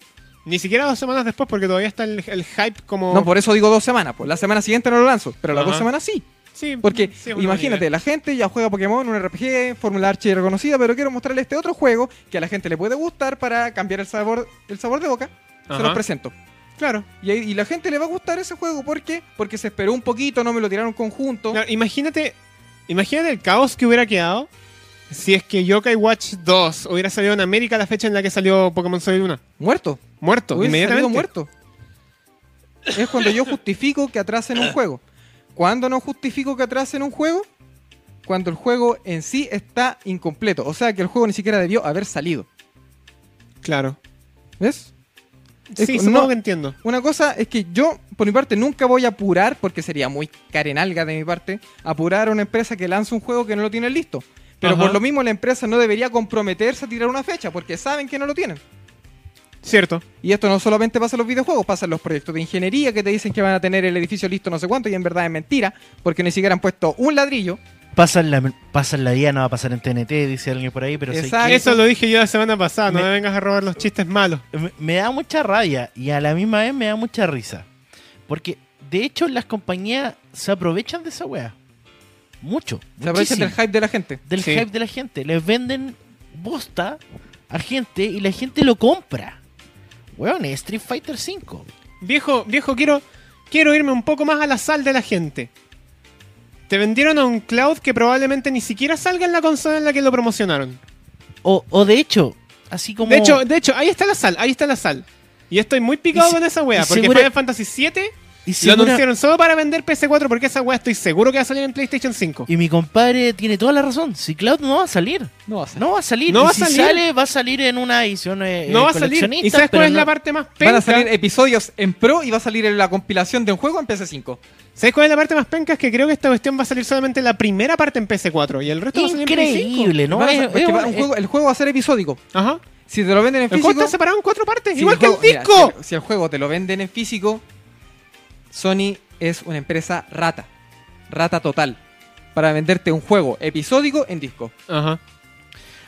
Speaker 4: Ni siquiera dos semanas después, porque todavía está el, el hype como.
Speaker 3: No, por eso digo dos semanas. Pues la semana siguiente no lo lanzo, pero las
Speaker 4: Oh. Ajá.
Speaker 3: dos semanas sí.
Speaker 4: Sí,
Speaker 3: Porque
Speaker 4: sí, es una
Speaker 3: imagínate,
Speaker 4: buena
Speaker 3: la gente ya juega Pokémon, un RPG, fórmula archi reconocida, pero quiero mostrarle este otro juego que a la gente le puede gustar para cambiar el sabor, el sabor de boca. Se
Speaker 4: Ajá.
Speaker 3: los presento.
Speaker 4: idea. Claro.
Speaker 3: Y, ahí- y la gente le va a gustar ese juego porque porque se esperó un poquito, no me lo tiraron conjunto.
Speaker 4: Claro, Imagínate, imagínate el caos que hubiera quedado si es que Yokai Watch 2 hubiera salido en América la fecha en la que salió Pokémon Sol y Luna.
Speaker 3: Muerto.
Speaker 4: Muerto,
Speaker 3: Hubiese
Speaker 4: inmediatamente.
Speaker 3: salido muerto. Es cuando yo justifico que atrasen un juego. ¿Cuándo no justifico que atrasen un juego? cuando el juego en sí está incompleto. O sea que el juego ni siquiera debió haber salido.
Speaker 4: Claro.
Speaker 3: ¿Ves? Es-
Speaker 4: Sí, supongo
Speaker 3: no-
Speaker 4: que entiendo.
Speaker 3: Una cosa es que yo, por mi parte, nunca voy a apurar, porque sería muy carenalga de mi parte, apurar a una empresa que lanza un juego que no lo tiene listo. Pero
Speaker 4: Ajá.
Speaker 3: por lo mismo la empresa no debería comprometerse a tirar una fecha, porque saben que no lo tienen.
Speaker 4: Cierto.
Speaker 3: Y esto no solamente pasa en los videojuegos, pasa en los proyectos de ingeniería que te dicen que van a tener el edificio listo no sé cuánto y en verdad es mentira, porque ni siquiera han puesto un ladrillo.
Speaker 1: Pasan la, pasan la vida, no va a pasar en TNT, dice alguien por ahí, pero sé
Speaker 3: Exacto.
Speaker 1: que-
Speaker 4: Eso lo dije yo la semana pasada, no
Speaker 1: Me-
Speaker 4: me vengas a robar los chistes malos.
Speaker 1: me, me da mucha rabia y a la misma vez me da mucha risa. Porque, de hecho, las compañías se aprovechan de esa wea. Mucho.
Speaker 3: Se aprovechan
Speaker 1: muchísimo.
Speaker 3: del hype de la gente.
Speaker 1: del
Speaker 4: Sí.
Speaker 1: hype de la gente. Les venden bosta a gente y la gente lo compra. Weón, es Street Fighter 5.
Speaker 4: Viejo, viejo, quiero, quiero irme un poco más a la sal de la gente. Te vendieron a un cloud que probablemente ni siquiera salga en la consola en la que lo promocionaron.
Speaker 1: O, o de hecho, así como.
Speaker 4: De hecho, de hecho, ahí está la sal, ahí está la sal. Y estoy muy picado
Speaker 1: Y se-
Speaker 4: con esa
Speaker 1: y
Speaker 4: wea, porque
Speaker 1: segura-
Speaker 4: Final Fantasy VII
Speaker 1: y,
Speaker 4: lo
Speaker 1: segura-
Speaker 4: anunciaron solo para vender PS4 porque esa wea estoy seguro que va a salir en PlayStation 5.
Speaker 1: y mi compadre tiene toda la razón. Si Cloud no va a salir.
Speaker 3: No va a ser.
Speaker 1: No va a salir.
Speaker 4: No
Speaker 1: Y
Speaker 4: va a
Speaker 1: si
Speaker 4: salir.
Speaker 1: sale, va a salir en una edición. eh,
Speaker 4: no
Speaker 1: eh,
Speaker 4: va a salir. ¿Y
Speaker 1: coleccionista,
Speaker 4: sabes
Speaker 1: pero
Speaker 4: cuál es la
Speaker 1: no-
Speaker 4: parte más penca?
Speaker 3: Van a salir
Speaker 1: eh,
Speaker 3: episodios en pro y va a salir en la compilación de un juego en PS5.
Speaker 4: ¿Sabes cuál es la parte más penca? Es que creo que esta cuestión va a salir solamente la primera parte en PS4 y el resto va a salir en Play 5.
Speaker 1: Increíble, ¿no?
Speaker 3: Van a
Speaker 1: Es-
Speaker 3: sa- porque
Speaker 1: es
Speaker 3: va-
Speaker 1: un-
Speaker 3: un juego- el juego va a ser episódico.
Speaker 4: Ajá.
Speaker 3: Si te lo venden en
Speaker 4: El
Speaker 3: físico.
Speaker 4: juego está separado en cuatro partes,
Speaker 3: si
Speaker 4: igual que el
Speaker 3: juego- mira,
Speaker 4: disco.
Speaker 3: si, el, si el juego te lo venden en físico, Sony es una empresa rata. Rata total. Para venderte un juego episódico en disco.
Speaker 4: Ajá.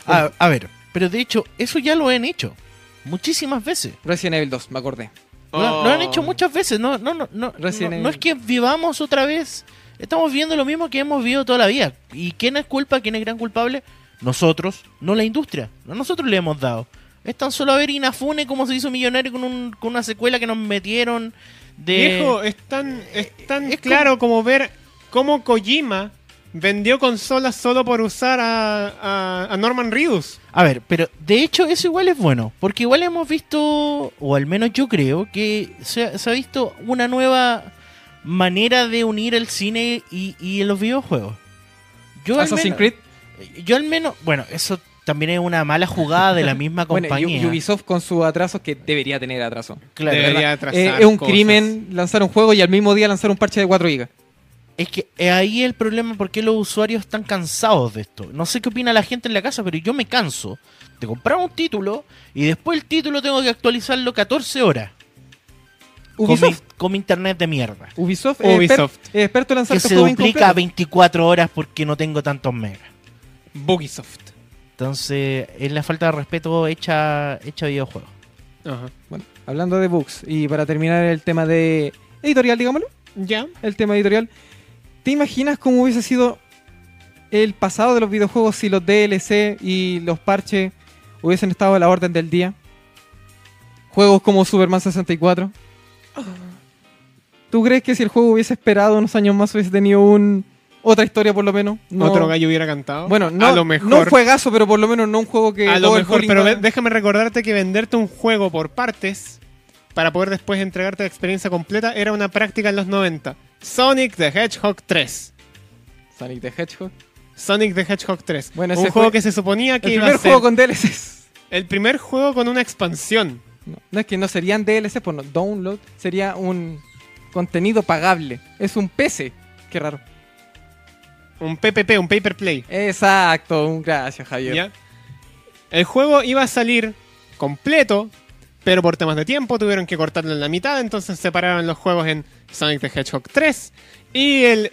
Speaker 1: a, a ver, pero de hecho, eso ya lo han hecho. Muchísimas veces.
Speaker 3: Resident Evil 2, me acordé.
Speaker 1: Lo, lo han hecho muchas veces. No, no, no, no,
Speaker 3: Oh. Resident
Speaker 1: no-
Speaker 3: Evil.
Speaker 1: no es que vivamos otra vez. Estamos viendo lo mismo que hemos vivido toda la vida. ¿Y quién es culpa? ¿Quién es gran culpable? Nosotros, no la industria. No nosotros le hemos dado. Es tan solo a ver Inafune como se hizo millonario con, un- con una secuela que nos metieron de...
Speaker 4: Viejo, es tan, es tan
Speaker 1: es
Speaker 4: claro como... ver cómo Kojima vendió consolas solo por usar a, a- a Norman Reedus.
Speaker 1: A ver, pero de hecho eso igual es bueno, porque igual hemos visto, o al menos yo creo, que se, ha- se ha visto una nueva manera de unir el cine y, y los videojuegos. Yo al,
Speaker 3: Assassin's
Speaker 1: menos,
Speaker 3: Creed.
Speaker 1: yo al menos, bueno, eso también es una mala jugada de la misma
Speaker 3: Bueno,
Speaker 1: compañía.
Speaker 3: y Ubisoft con sus atrasos que debería tener atraso.
Speaker 1: Claro,
Speaker 4: Debería
Speaker 1: ¿verdad?
Speaker 4: atrasar
Speaker 3: Eh, es un
Speaker 4: cosas.
Speaker 3: crimen lanzar un juego y al mismo día lanzar un parche de 4 GB.
Speaker 1: es que ahí el problema porque los usuarios están cansados de esto. No sé qué opina la gente en la casa, pero yo me canso de comprar un título y después el título tengo que actualizarlo 14 horas. con mi,
Speaker 3: Ubisoft.
Speaker 1: con mi internet de mierda.
Speaker 3: Ubisoft, es exper-
Speaker 4: Ubisoft.
Speaker 3: es experto en lanzar
Speaker 1: Que
Speaker 3: estos
Speaker 1: se
Speaker 3: juegos
Speaker 1: duplica a
Speaker 3: incompletos.
Speaker 1: 24 horas porque no tengo tantos megas.
Speaker 4: Bugisoft.
Speaker 1: Entonces, es la falta de respeto hecha, hecha videojuegos.
Speaker 4: Ajá.
Speaker 3: Bueno, hablando de bugs, y para terminar el tema de editorial, digámoslo,
Speaker 4: Ya.
Speaker 3: el tema editorial, ¿te imaginas cómo hubiese sido el pasado de los videojuegos si los DLC y los parches hubiesen estado a la orden del día? Juegos como Superman 64. ¿Tú crees que si el juego hubiese esperado unos años más hubiese tenido un otra historia por lo menos? No.
Speaker 4: Otro gallo hubiera cantado.
Speaker 3: Bueno, no,
Speaker 4: a lo mejor.
Speaker 3: no un juegazo, pero por lo menos no un juego que
Speaker 4: a lo
Speaker 3: todo el
Speaker 4: mejor,
Speaker 3: bullying
Speaker 4: pero
Speaker 3: va-
Speaker 4: ve- déjame recordarte que venderte un juego por partes para poder después entregarte la experiencia completa era una práctica en los 90. Sonic the Hedgehog 3.
Speaker 3: Sonic the Hedgehog.
Speaker 4: Sonic the Hedgehog 3.
Speaker 3: Bueno,
Speaker 4: un
Speaker 3: ese
Speaker 4: juego
Speaker 3: fue
Speaker 4: que se suponía que
Speaker 3: El
Speaker 4: iba a
Speaker 3: primer
Speaker 4: ser
Speaker 3: juego con DLCs.
Speaker 4: el primer juego con una expansión.
Speaker 3: No, no es que no serían DLC, por pues no, download sería un contenido pagable. Es un PC. Qué raro.
Speaker 4: Un PPP, un Paper Play.
Speaker 3: Exacto, un gracias, Javier.
Speaker 4: ¿ya? El juego iba a salir completo, pero por temas de tiempo tuvieron que cortarlo en la mitad, entonces separaron los juegos en Sonic the Hedgehog 3 y el,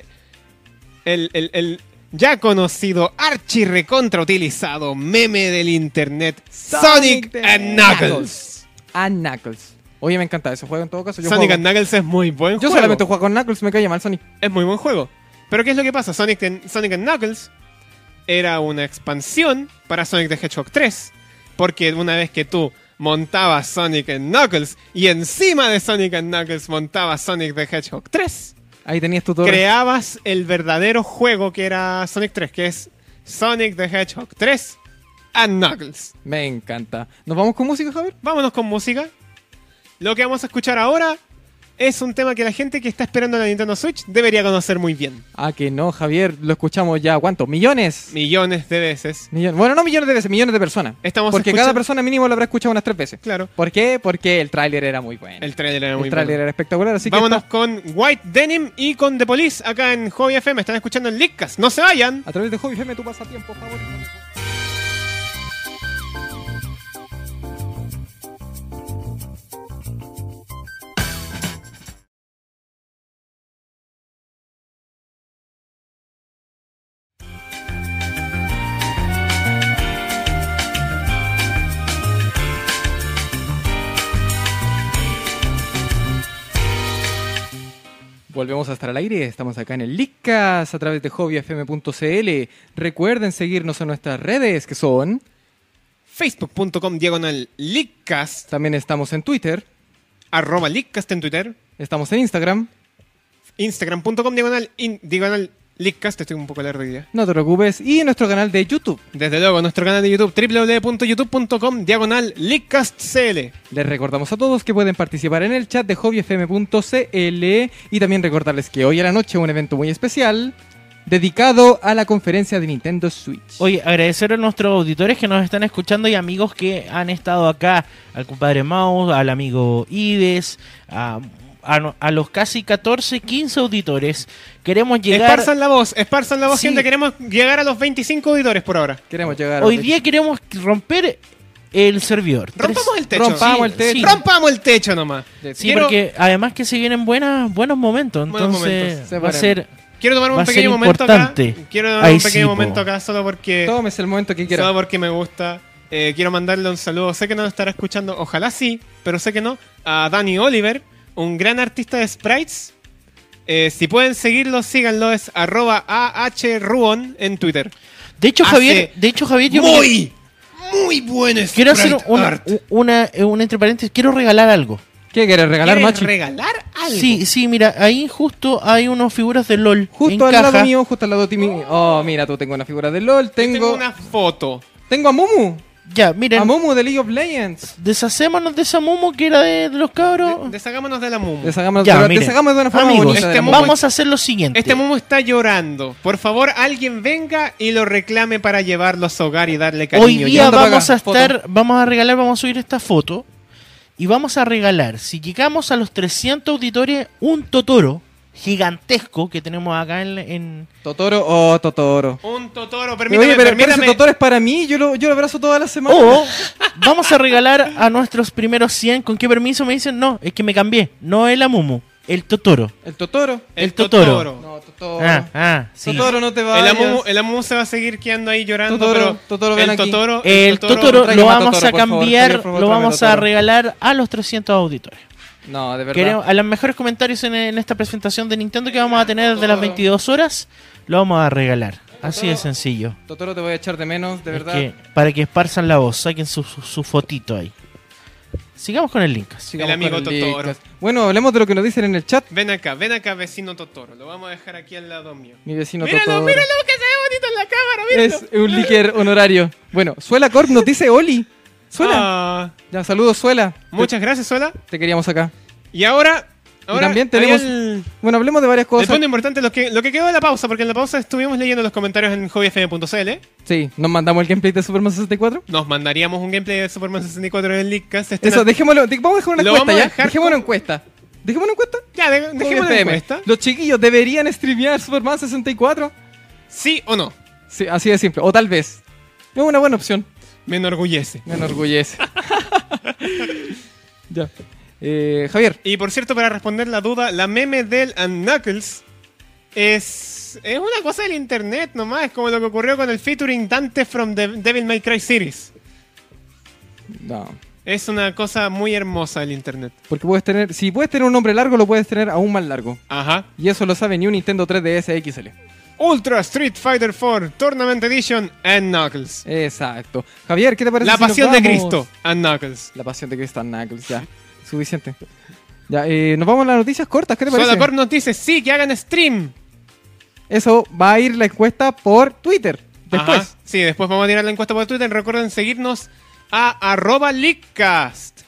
Speaker 4: el, el- el ya conocido, archi recontrautilizado meme del internet,
Speaker 3: Sonic
Speaker 4: Sonic,
Speaker 3: the
Speaker 4: and Knuckles.
Speaker 3: A Knuckles. Oye, me encanta ese juego en todo caso. Yo,
Speaker 4: Sonic
Speaker 3: juego-
Speaker 4: and Knuckles es muy buen
Speaker 3: yo
Speaker 4: juego.
Speaker 3: solamente juego con Knuckles, me cae mal Sonic.
Speaker 4: Es muy buen juego. Pero ¿qué es lo que pasa? Sonic, and- Sonic and Knuckles era una expansión para Sonic the Hedgehog 3. Porque una vez que tú montabas Sonic and Knuckles y encima de Sonic and Knuckles montabas Sonic the Hedgehog 3,
Speaker 3: Ahí tenías tu todo.
Speaker 4: creabas el verdadero juego que era Sonic 3, que es Sonic the Hedgehog 3 and Knuckles.
Speaker 3: Me encanta. ¿Nos vamos con música, Javier?
Speaker 4: Vámonos con música. Lo que vamos a escuchar ahora es un tema que la gente que está esperando la Nintendo Switch debería conocer muy bien.
Speaker 3: Ah, que no, Javier, lo escuchamos ya, ¿cuánto? ¿Millones?
Speaker 4: Millones de veces.
Speaker 3: Millones. Bueno, no millones de veces, millones de personas.
Speaker 4: Estamos
Speaker 3: Porque
Speaker 4: escuchando-
Speaker 3: cada persona mínimo lo habrá escuchado unas tres veces.
Speaker 4: Claro.
Speaker 3: ¿Por qué? Porque el tráiler era muy bueno.
Speaker 4: El trailer era muy
Speaker 3: El tráiler
Speaker 4: bueno.
Speaker 3: era espectacular, así
Speaker 4: Vámonos
Speaker 3: que
Speaker 4: con White Denim y con The Police acá en Hobby FM. Están escuchando en Leakcast. ¡No se vayan!
Speaker 3: está- a través de Hobby FM tu pasatiempo favorito. Volvemos a estar al aire, estamos acá en el Licas a través de hobbyfm.cl. Recuerden seguirnos en nuestras redes que son,
Speaker 4: Facebook.com diagonal Leakcast.
Speaker 3: también estamos en Twitter,
Speaker 4: Arroba Leakcast en Twitter.
Speaker 3: estamos en Instagram.
Speaker 4: Instagram.com diagonal, in- diagonal Leakcast. Estoy un poco largo hoy día.
Speaker 3: No te preocupes. Y en nuestro canal de YouTube.
Speaker 4: Desde luego, nuestro canal de YouTube www.youtube.com diagonal LeakcastCL.
Speaker 3: Les recordamos a todos que pueden participar en el chat de hobbyfm.cl y también recordarles que hoy a la noche un evento muy especial dedicado a la conferencia de Nintendo Switch.
Speaker 1: Oye, agradecer a nuestros auditores que nos están escuchando y amigos que han estado acá. Al compadre Maus, al amigo Ives, a, a no- a los casi 14, 15 auditores. Queremos llegar...
Speaker 4: Esparzan la voz, esparzan la voz,
Speaker 1: Sí.
Speaker 4: gente. Queremos llegar a los 25 auditores por ahora.
Speaker 3: Queremos llegar a
Speaker 1: Hoy
Speaker 3: los
Speaker 1: día quechos. queremos romper el servidor.
Speaker 4: Rompamos el techo.
Speaker 3: Rompa- Rompamos el techo.
Speaker 1: sí.
Speaker 4: Rompamos el techo nomás.
Speaker 3: de-
Speaker 1: Sí,
Speaker 4: Quiero-
Speaker 1: porque además que se vienen buenas, buenos momentos.
Speaker 4: Buenos
Speaker 1: Entonces
Speaker 4: momentos.
Speaker 3: Se
Speaker 1: va a
Speaker 3: paran.
Speaker 1: ser...
Speaker 4: Quiero tomar
Speaker 1: Va
Speaker 4: un
Speaker 1: a ser
Speaker 4: pequeño momento
Speaker 1: importante.
Speaker 4: acá. Quiero tomar
Speaker 1: Ahí
Speaker 4: un
Speaker 1: sí,
Speaker 4: pequeño
Speaker 1: po.
Speaker 4: momento acá solo porque,
Speaker 3: Tomes el momento que
Speaker 4: solo
Speaker 3: quieras.
Speaker 4: porque me gusta. Eh, quiero mandarle un saludo. Sé que no lo estará escuchando, ojalá sí, pero sé que no. A Danny Oliver, un gran artista de sprites. Eh, si pueden seguirlo, síganlo. Es arroba ahruon en Twitter.
Speaker 1: De hecho,
Speaker 4: Hace
Speaker 1: Javier, de hecho, Javier, yo me-
Speaker 4: muy, muy buen sprite
Speaker 1: quiero hacer una,
Speaker 4: art.
Speaker 1: una, una entre paréntesis, quiero regalar algo.
Speaker 3: ¿Qué quieres regalar,
Speaker 4: ¿Quieres
Speaker 3: macho?
Speaker 4: regalar algo?
Speaker 1: Sí, sí, mira, ahí justo hay unas figuras de LOL.
Speaker 3: Justo al
Speaker 1: en caja.
Speaker 3: lado mío, justo al lado de ti. mi- Oh, mira, tú tengo una figura de LOL.
Speaker 4: Tengo,
Speaker 3: Tengo,
Speaker 4: una foto.
Speaker 3: tengo a Mumu.
Speaker 1: Ya, miren,
Speaker 3: A Mumu de League of Legends.
Speaker 1: deshacémonos de esa Momo que era de, de los cabros.
Speaker 4: De- Deshagámonos de la Mumu.
Speaker 3: Deshagamos,
Speaker 1: Ya,
Speaker 3: pero
Speaker 1: miren.
Speaker 3: deshagamos de una forma
Speaker 1: Amigos,
Speaker 3: bonita. de la
Speaker 4: este
Speaker 3: Mumu.
Speaker 4: Momo-
Speaker 1: Vamos a hacer lo siguiente.
Speaker 4: Este Mumu está llorando. Por favor, alguien venga y lo reclame para llevarlo a su hogar y darle cariño.
Speaker 1: Hoy día
Speaker 3: Yolanda
Speaker 1: vamos
Speaker 3: Vaca,
Speaker 1: a estar, vamos a regalar, vamos a subir esta foto y vamos a regalar, si llegamos a los 300 auditores, un Totoro gigantesco que tenemos acá en... en-
Speaker 3: Totoro, oh, Totoro.
Speaker 4: Un Totoro,
Speaker 3: Oye,
Speaker 4: permítame,
Speaker 3: pero, pero ese
Speaker 4: permítame.
Speaker 3: Totoro es para mí, yo lo, yo lo abrazo toda la semana.
Speaker 1: O vamos a regalar a nuestros primeros 100, ¿con qué permiso me dicen? No, es que me cambié, no el Amumu, el Totoro.
Speaker 3: El Totoro.
Speaker 1: el Totoro.
Speaker 3: No, Totoro.
Speaker 1: Ah, ah, sí.
Speaker 3: Totoro, no te
Speaker 4: El
Speaker 3: vayas.
Speaker 4: Amumu, eh. el Amumu se va a seguir quedando ahí llorando,
Speaker 3: Totoro,
Speaker 4: pero
Speaker 3: Totoro, ven
Speaker 4: el,
Speaker 3: aquí.
Speaker 4: Totoro,
Speaker 1: El Totoro
Speaker 3: Tráigame
Speaker 1: lo
Speaker 3: a
Speaker 1: vamos
Speaker 3: Totoro,
Speaker 1: a
Speaker 3: por favor,
Speaker 1: cambiar,
Speaker 3: Javier, por favor,
Speaker 1: lo
Speaker 3: tráigame a
Speaker 1: vamos a
Speaker 3: Totoro.
Speaker 1: regalar a los 300 auditores.
Speaker 3: No, de verdad.
Speaker 1: Queremos, a los mejores comentarios en, en esta presentación de Nintendo que vamos a tener desde las 22 horas, lo vamos a regalar. Así de sencillo.
Speaker 3: Totoro te voy a echar de menos, de
Speaker 1: Es
Speaker 3: verdad.
Speaker 1: que- para que esparzan la voz, saquen su, su- su fotito ahí. Sigamos con el link.
Speaker 3: Sigamos
Speaker 4: El amigo
Speaker 3: con el
Speaker 4: Totoro.
Speaker 3: Leadcast. Bueno, hablemos de lo que nos dicen en el chat.
Speaker 4: ven acá, ven acá, vecino Totoro. Lo vamos a dejar aquí al lado mío.
Speaker 3: Mi vecino
Speaker 4: míralo,
Speaker 3: Totoro.
Speaker 4: míralo, que se ve bonito en la cámara, míralo.
Speaker 3: Es un líquier honorario. Bueno, Suela Corp nos dice Oli. Suela.
Speaker 4: Ah,
Speaker 3: Ya, saludos, Suela.
Speaker 4: muchas gracias, Sola.
Speaker 3: Te queríamos acá.
Speaker 4: Y ahora, ahora
Speaker 3: también tenemos
Speaker 4: Ariel,
Speaker 3: Bueno, hablemos de varias
Speaker 4: el
Speaker 3: cosas.
Speaker 4: punto importante, lo que, lo que quedó de la pausa, porque en la pausa estuvimos leyendo los comentarios en hobbyfm.cl.
Speaker 3: Sí, nos mandamos el gameplay de Superman 64.
Speaker 4: Nos mandaríamos un gameplay de Superman 64 en Leakcast. Estén
Speaker 3: Eso,
Speaker 4: at-
Speaker 3: dejémoslo. de- vamos a dejar una
Speaker 4: Lo
Speaker 3: encuesta
Speaker 4: vamos a
Speaker 3: ya.
Speaker 4: dejar
Speaker 3: Dejémoslo
Speaker 4: con-
Speaker 3: encuesta. Dejémoslo encuesta.
Speaker 4: Ya, de- dejemos la
Speaker 3: FM.
Speaker 4: encuesta.
Speaker 3: Los chiquillos deberían streamear Superman 64.
Speaker 4: ¿Sí o no?
Speaker 3: Sí, así de simple. O tal vez. Es una buena opción.
Speaker 4: Me enorgullece.
Speaker 3: Me enorgullece. ya. Eh, Javier,
Speaker 4: Y por cierto, para responder la duda, la meme del and Knuckles es, es una cosa del internet nomás. Es como lo que ocurrió con el featuring Dante from the Devil May Cry series.
Speaker 3: no.
Speaker 4: Es una cosa muy hermosa del internet.
Speaker 3: Porque puedes tener. Si puedes tener un nombre largo, lo puedes tener aún más largo.
Speaker 4: Ajá.
Speaker 3: Y eso lo sabe ni un Nintendo 3DS XL.
Speaker 4: Ultra Street Fighter 4 Tournament Edition and Knuckles.
Speaker 3: Exacto. Javier, ¿qué te parece?
Speaker 4: La
Speaker 3: si nos
Speaker 4: pasión de
Speaker 3: vamos?
Speaker 4: Cristo and Knuckles.
Speaker 3: La pasión de Cristo, Knuckles, ya. Suficiente. Ya, eh, nos vamos a las noticias cortas, ¿qué te parece?
Speaker 4: Solacorp nos dice, sí, que hagan stream.
Speaker 3: Eso va a ir la encuesta por Twitter. Después.
Speaker 4: Ajá. Sí, después vamos a tirar la encuesta por Twitter. Recuerden seguirnos a arroba leakcast.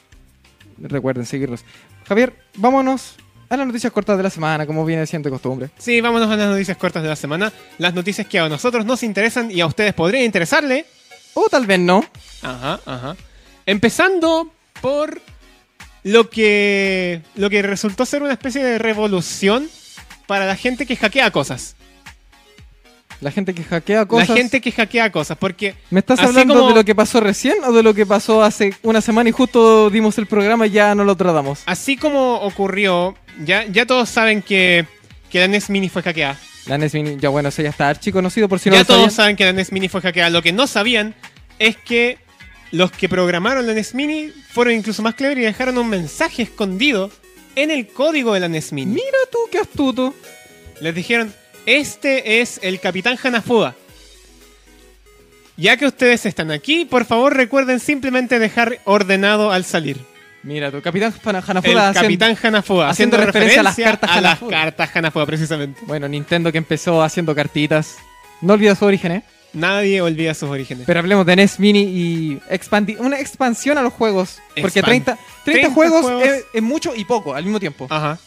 Speaker 3: Recuerden seguirnos. Javier, vámonos a las noticias cortas de la semana, como viene siendo de costumbre.
Speaker 4: Sí, vámonos a las noticias cortas de la semana. Las noticias que a nosotros nos interesan y a ustedes podrían interesarle.
Speaker 3: O tal vez no.
Speaker 4: Ajá, ajá. Empezando por lo que, lo que resultó ser una especie de revolución para la gente que hackea cosas.
Speaker 3: La gente que hackea cosas.
Speaker 4: La gente que hackea cosas, porque
Speaker 3: ¿Me estás
Speaker 4: así
Speaker 3: hablando
Speaker 4: como-
Speaker 3: de lo que pasó recién o de lo que pasó hace una semana y justo dimos el programa y ya no lo tratamos?
Speaker 4: así como ocurrió, ya, ya todos saben que, que la NES Mini fue hackeada.
Speaker 3: La NES Mini, ya bueno, ese ya está archiconocido por si no
Speaker 4: ya
Speaker 3: lo
Speaker 4: todos
Speaker 3: sabían.
Speaker 4: saben que la NES Mini fue hackeada. Lo que no sabían es que los que programaron la NES Mini fueron incluso más clever y dejaron un mensaje escondido en el código de la NES Mini.
Speaker 3: Mira tú, qué astuto.
Speaker 4: Les dijeron, este es el Capitán Hanafuda. Ya que ustedes están aquí, por favor recuerden simplemente dejar ordenado al salir.
Speaker 3: Mira tú, Capitán Pan-
Speaker 4: El
Speaker 3: Hanafuda. haciendo-
Speaker 4: Capitán Hanafuda, haciendo,
Speaker 3: haciendo referencia a las
Speaker 4: referencia
Speaker 3: cartas
Speaker 4: a las
Speaker 3: Hanafuda.
Speaker 4: cartas Hanafuda, precisamente.
Speaker 3: Bueno, Nintendo que empezó haciendo cartitas. No olvida su origen, ¿eh?
Speaker 4: Nadie olvida sus orígenes.
Speaker 3: Pero hablemos de NES Mini y expandi- una expansión a los juegos. Porque
Speaker 4: Expand-
Speaker 3: 30, 30,
Speaker 4: 30
Speaker 3: juegos,
Speaker 4: juegos.
Speaker 3: Es, es mucho y poco al mismo tiempo.
Speaker 4: Ajá.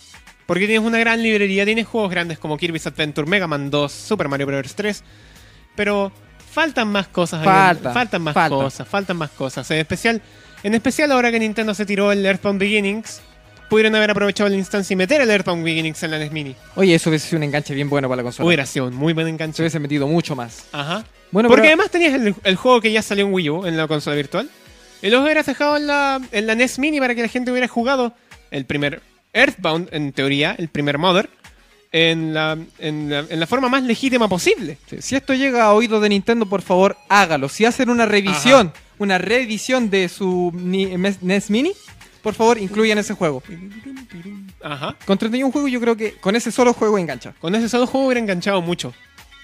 Speaker 4: Porque tienes una gran librería, tienes juegos grandes como Kirby's Adventure, Mega Man 2, Super Mario Bros. 3. Pero faltan más cosas. ahí.
Speaker 3: Falta,
Speaker 4: faltan más
Speaker 3: falta.
Speaker 4: cosas, faltan más cosas. En especial, en especial ahora que Nintendo se tiró el Earthbound Beginnings, pudieron haber aprovechado la instancia y meter el Earthbound Beginnings en la NES Mini.
Speaker 3: Oye, eso hubiese sido un enganche bien bueno para la consola.
Speaker 4: Hubiera sido un muy buen
Speaker 3: Se
Speaker 4: enganche.
Speaker 3: hubiese metido mucho más.
Speaker 4: Ajá.
Speaker 3: Bueno,
Speaker 4: Porque
Speaker 3: pero-
Speaker 4: además tenías el, el juego que ya salió en Wii U, en la consola virtual. Y los hubieras dejado en la, en la NES Mini para que la gente hubiera jugado el primer Earthbound, en teoría, el primer Mother, en la, en la, en la forma más legítima posible.
Speaker 3: Sí, Si esto llega a oídos de Nintendo, por favor, hágalo. Si hacen una revisión, una reedición de su Ni- Mes- NES Mini, por favor, incluyan ese juego.
Speaker 4: Ajá.
Speaker 3: Con 31 juegos yo creo que con ese solo juego engancha.
Speaker 4: Con ese solo juego hubiera enganchado mucho.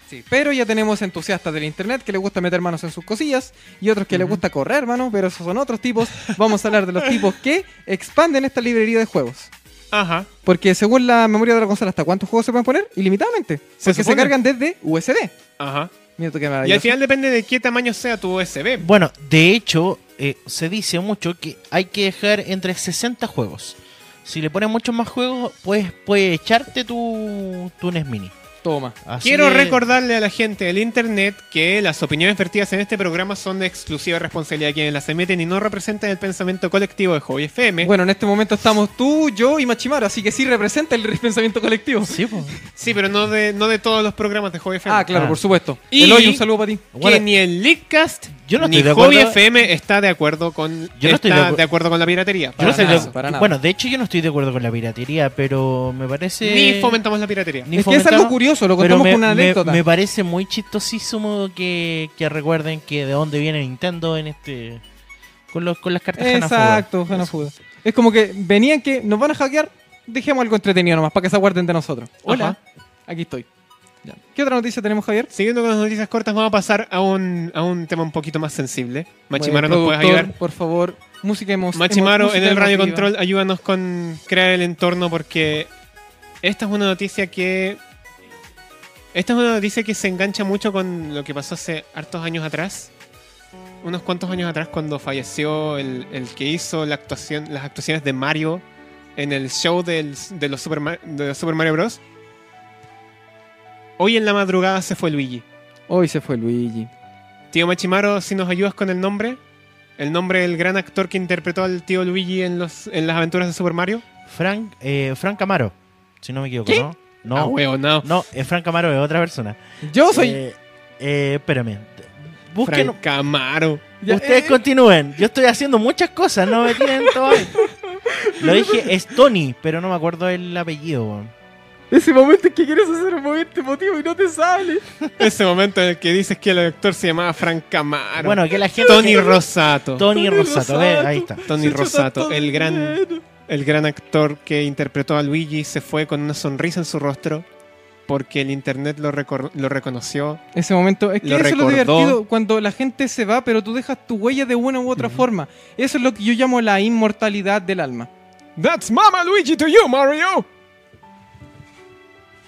Speaker 3: Sí, pero ya tenemos entusiastas del internet que les gusta meter manos en sus cosillas y otros que les gusta correr, mano, pero esos son otros tipos. Vamos a hablar de los tipos que expanden esta librería de juegos.
Speaker 4: Ajá.
Speaker 3: Porque según la memoria de la consola, ¿hasta cuántos juegos se pueden poner? Ilimitadamente.
Speaker 4: Se
Speaker 3: Porque se,
Speaker 4: supone.
Speaker 3: cargan desde USB.
Speaker 4: Ajá.
Speaker 3: Mira tú qué
Speaker 4: Y al
Speaker 3: maravilloso.
Speaker 4: final depende de qué tamaño sea tu USB.
Speaker 1: Bueno, de hecho, eh, se dice mucho que hay que dejar entre 60 juegos. Si le pones muchos más juegos, pues puedes echarte tu, tu NES Mini.
Speaker 3: Toma.
Speaker 1: Así
Speaker 4: Quiero
Speaker 1: es.
Speaker 4: recordarle a la gente del internet que las opiniones vertidas en este programa son de exclusiva responsabilidad de quienes las emiten y no representan el pensamiento colectivo de Hobby FM.
Speaker 3: Bueno, en este momento estamos tú, yo y Machimaru, así que sí representa el pensamiento colectivo.
Speaker 1: Sí, pues.
Speaker 4: Sí, pero no de, no de todos los programas de Hobby FM.
Speaker 3: Ah, claro,
Speaker 1: Ah.
Speaker 3: por supuesto.
Speaker 4: Y-
Speaker 3: El hoyo, un saludo para ti.
Speaker 4: Que
Speaker 1: Bueno.
Speaker 4: ni el Leakcast
Speaker 1: Yo no
Speaker 4: ni
Speaker 1: estoy de
Speaker 4: Hobby
Speaker 1: acuerdo.
Speaker 4: FM está de acuerdo con
Speaker 1: Yo no estoy
Speaker 4: está
Speaker 1: de acu-
Speaker 4: acuerdo con la piratería.
Speaker 1: Yo no
Speaker 3: Para
Speaker 1: estoy de-
Speaker 3: nada, para nada.
Speaker 1: Bueno, de hecho yo no estoy de acuerdo con la piratería, pero me parece...
Speaker 4: Ni fomentamos la piratería.
Speaker 1: ni
Speaker 3: Es que eso es
Speaker 1: fomentamos,
Speaker 3: lo curioso, lo
Speaker 1: pero
Speaker 3: contamos
Speaker 1: me,
Speaker 3: con una
Speaker 1: me-
Speaker 3: anécdota.
Speaker 1: me parece muy chistosísimo que, que recuerden que de dónde viene Nintendo en este... Con, los, con las cartas Hanafuda.
Speaker 3: Exacto, Hanafuda. Es como que venían que nos van a hackear, dejemos algo entretenido nomás para que se aguarden de nosotros. Hola,
Speaker 4: Ajá.
Speaker 3: aquí estoy. Ya. ¿Qué otra noticia tenemos, Javier?
Speaker 4: Siguiendo con las noticias cortas, vamos a pasar a un, a un tema un poquito más sensible. Machimaro,
Speaker 3: Bueno,
Speaker 4: ¿nos puedes
Speaker 3: productor,
Speaker 4: ayudar?
Speaker 3: Por favor, música emocional.
Speaker 4: Machimaro, en el Radio Control, ayúdanos con crear el entorno porque esta es una noticia que. Esta es una noticia que se engancha mucho con lo que pasó hace hartos años atrás. Unos cuantos años atrás, cuando falleció el, el que hizo la actuación, las actuaciones de Mario en el show del- de, los Super, Ma- de los Super Mario Bros. Hoy en la madrugada se fue Luigi.
Speaker 3: Hoy se fue Luigi.
Speaker 4: Tío Machimaro, si nos ayudas con el nombre. El nombre del gran actor que interpretó al tío Luigi en, los, en las aventuras de Super Mario.
Speaker 1: Frank, eh, Frank Amaro, si no me equivoco,
Speaker 4: ¿Qué?
Speaker 1: ¿no? No,
Speaker 4: Ah, huevo, no.
Speaker 1: no, es Frank Amaro, es otra persona.
Speaker 3: Yo soy.
Speaker 1: Eh, eh, espérame. Busquen,
Speaker 4: Frank Camaro.
Speaker 3: Ya,
Speaker 1: Ustedes
Speaker 3: eh,
Speaker 1: continúen. Yo estoy haciendo muchas cosas, no me tienen todo. ahí. Lo dije, es Tony, pero no me acuerdo el apellido. weón.
Speaker 3: Ese momento es que quieres hacer un momento emotivo y no te sale.
Speaker 4: Ese momento en el que dices que el actor se llamaba Frank Camaro.
Speaker 1: Bueno, que la gente.
Speaker 4: Ah, Tony Rosato.
Speaker 1: Tony Rosato, ve, ahí está.
Speaker 4: Tony Rosato, el gran, el gran actor que interpretó a Luigi, se fue con una sonrisa en su rostro porque el internet lo, recor- lo reconoció.
Speaker 3: Ese momento, es que
Speaker 4: Lo
Speaker 3: eso es lo
Speaker 4: recordó.
Speaker 3: divertido cuando la gente se va, pero tú dejas tu huella de una u otra forma. Eso es lo que yo llamo la inmortalidad del alma.
Speaker 4: That's Mama Luigi to you, Mario.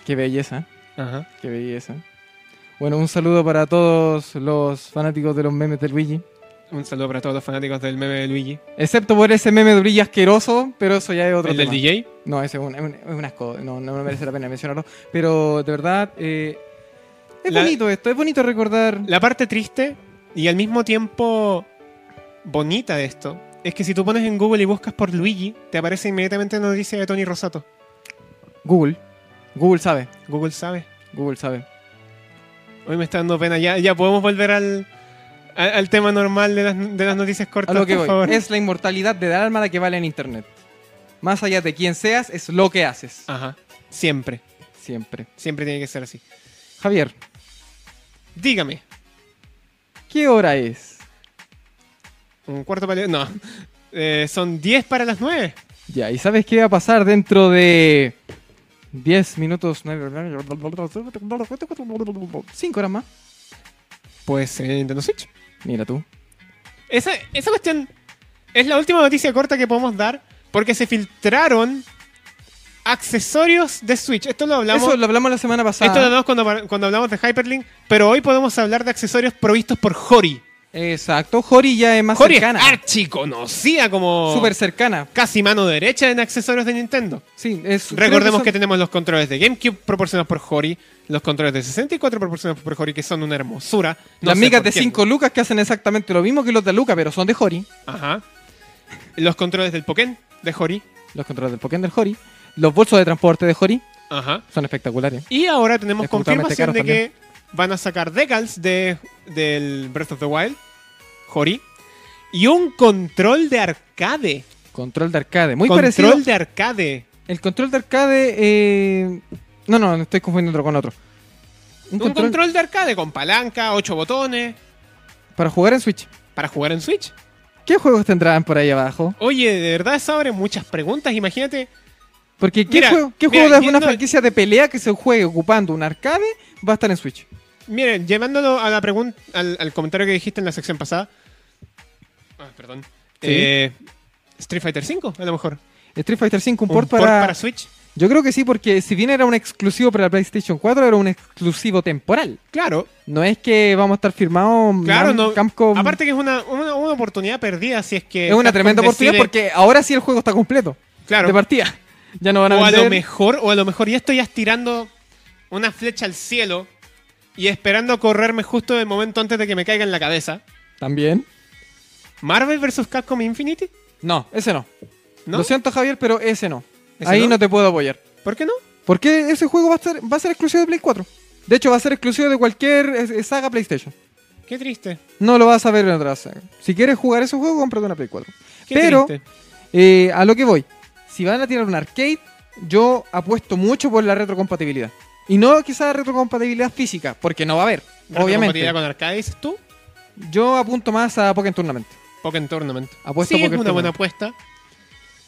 Speaker 3: Qué belleza,
Speaker 4: Ajá.
Speaker 3: qué belleza. Bueno, un saludo para todos los fanáticos de los memes de Luigi.
Speaker 4: Un saludo para todos los fanáticos del meme de Luigi.
Speaker 3: Excepto por ese meme de brillo asqueroso, pero eso ya es otro
Speaker 4: ¿El del
Speaker 3: tema.
Speaker 4: DJ?
Speaker 3: No, ese es un, es un- es un asco, no, no merece la pena mencionarlo. Pero de verdad, eh, es
Speaker 4: La-
Speaker 3: bonito esto, es bonito recordar.
Speaker 4: La parte triste y al mismo tiempo bonita de esto es que si tú pones en Google y buscas por Luigi, te aparece inmediatamente la noticia de Tony Rosato.
Speaker 3: Google, Google sabe,
Speaker 4: Google sabe.
Speaker 3: Google sabe.
Speaker 4: Hoy me está dando pena. Ya, ya podemos volver al, al, al tema normal de las, de las noticias
Speaker 3: A
Speaker 4: cortas,
Speaker 3: lo que
Speaker 4: por
Speaker 3: voy,
Speaker 4: favor.
Speaker 3: es la inmortalidad del alma la que vale en internet. Más allá de quién seas, es lo que haces.
Speaker 4: Ajá. Siempre.
Speaker 3: Siempre.
Speaker 4: Siempre tiene que ser así.
Speaker 3: Javier,
Speaker 4: Dígame.
Speaker 3: ¿qué hora es?
Speaker 4: Un cuarto para... No. Eh, son 10 para las 9.
Speaker 3: Ya, ¿y sabes qué va a pasar dentro de 10 minutos? 5 horas más.
Speaker 4: Pues en Nintendo Switch.
Speaker 3: Mira tú.
Speaker 4: Esa, esa cuestión es la última noticia corta que podemos dar porque se filtraron accesorios de Switch. Esto lo hablamos,
Speaker 3: Eso lo hablamos la semana pasada.
Speaker 4: esto lo hablamos cuando, cuando hablamos de Hyperlink, pero hoy podemos hablar de accesorios provistos por Hori.
Speaker 3: Exacto, Jori ya es más
Speaker 4: Hori es
Speaker 3: cercana.
Speaker 4: archiconocida como
Speaker 3: Súper cercana.
Speaker 4: casi mano derecha en accesorios de Nintendo.
Speaker 3: Sí, es,
Speaker 4: Recordemos que
Speaker 3: creo
Speaker 4: tenemos los controles de GameCube proporcionados por Hori, los controles de 64 proporcionados por Hori, que son una hermosura.
Speaker 3: son
Speaker 4: No
Speaker 3: las
Speaker 4: sé
Speaker 3: micas
Speaker 4: por
Speaker 3: de
Speaker 4: quién.
Speaker 3: 5 lucas que hacen exactamente lo mismo que los de Luca, pero son de Jori.
Speaker 4: Ajá. Los controles del Pokémon de Hori.
Speaker 3: Los controles del Pokémon del Jori. Los bolsos de transporte de Jori
Speaker 4: Ajá.
Speaker 3: son espectaculares.
Speaker 4: Y ahora tenemos
Speaker 3: Es completamente
Speaker 4: confirmación de
Speaker 3: este caro
Speaker 4: que van a sacar decals de, del Breath of the Wild, Hori, y un control de arcade.
Speaker 3: Control de arcade, muy
Speaker 4: control
Speaker 3: parecido.
Speaker 4: de arcade.
Speaker 3: El control de arcade. eh, No, no, estoy confundiendo otro con otro.
Speaker 4: Un control... de arcade con palanca, 8 botones,
Speaker 3: para jugar en Switch.
Speaker 4: para jugar en Switch.
Speaker 3: ¿Qué juegos tendrán por ahí abajo?
Speaker 4: Oye, de verdad eso abre muchas preguntas. Imagínate,
Speaker 3: Porque ¿qué
Speaker 4: Mira,
Speaker 3: juego, qué
Speaker 4: mira,
Speaker 3: juego de
Speaker 4: yendo-
Speaker 3: una franquicia de pelea que se juegue ocupando un arcade va a estar en Switch?
Speaker 4: miren, llevándolo a la pregunta, al, al comentario que dijiste en la sección pasada. Ah, perdón.
Speaker 3: Sí.
Speaker 4: Eh, Street Fighter V, a lo mejor.
Speaker 3: Street Fighter V, un,
Speaker 4: Un
Speaker 3: port, para...
Speaker 4: Switch.
Speaker 3: Yo creo que sí, porque si bien era un exclusivo para la PlayStation 4, era un exclusivo temporal.
Speaker 4: Claro,
Speaker 3: No es que vamos a estar firmados
Speaker 4: Claro,
Speaker 3: Nam-
Speaker 4: no.
Speaker 3: Capcom.
Speaker 4: Aparte que es una, una, una oportunidad perdida si es que...
Speaker 3: es una
Speaker 4: Capcom
Speaker 3: tremenda oportunidad
Speaker 4: decide-
Speaker 3: porque ahora sí el juego está completo.
Speaker 4: Claro,
Speaker 3: De partida. Ya no van a
Speaker 4: o a
Speaker 3: vender.
Speaker 4: lo mejor, o a lo mejor ya estoy tirando una flecha al cielo y esperando correrme justo el momento antes de que me caiga en la cabeza.
Speaker 3: También.
Speaker 4: ¿Marvel vs. Capcom Infinity?
Speaker 3: No, ese no.
Speaker 4: ¿No?
Speaker 3: Lo siento, Javier, pero ese no.
Speaker 4: ¿Ese
Speaker 3: Ahí
Speaker 4: no?
Speaker 3: no? te puedo apoyar.
Speaker 4: ¿Por qué no?
Speaker 3: Porque ese juego va a ser, va a ser exclusivo de Play 4. De hecho, va a ser exclusivo de cualquier eh, saga PlayStation.
Speaker 4: Qué triste.
Speaker 3: No lo vas a ver en otra saga. Si quieres jugar ese juego, cómprate una Play 4.
Speaker 4: Qué
Speaker 3: Pero-
Speaker 4: triste.
Speaker 3: Eh, a lo que voy. Si van a tirar un arcade, yo apuesto mucho por la retrocompatibilidad. Y no quizás retrocompatibilidad física, porque no va a haber, obviamente.
Speaker 4: Retrocompatibilidad con arcade, dices tú.
Speaker 3: Yo apunto más a Pokémon Tournament.
Speaker 4: Pokémon Tournament.
Speaker 3: Apuesto
Speaker 4: sí,
Speaker 3: a
Speaker 4: es
Speaker 3: Pokémon
Speaker 4: una buena
Speaker 3: Tournament.
Speaker 4: apuesta.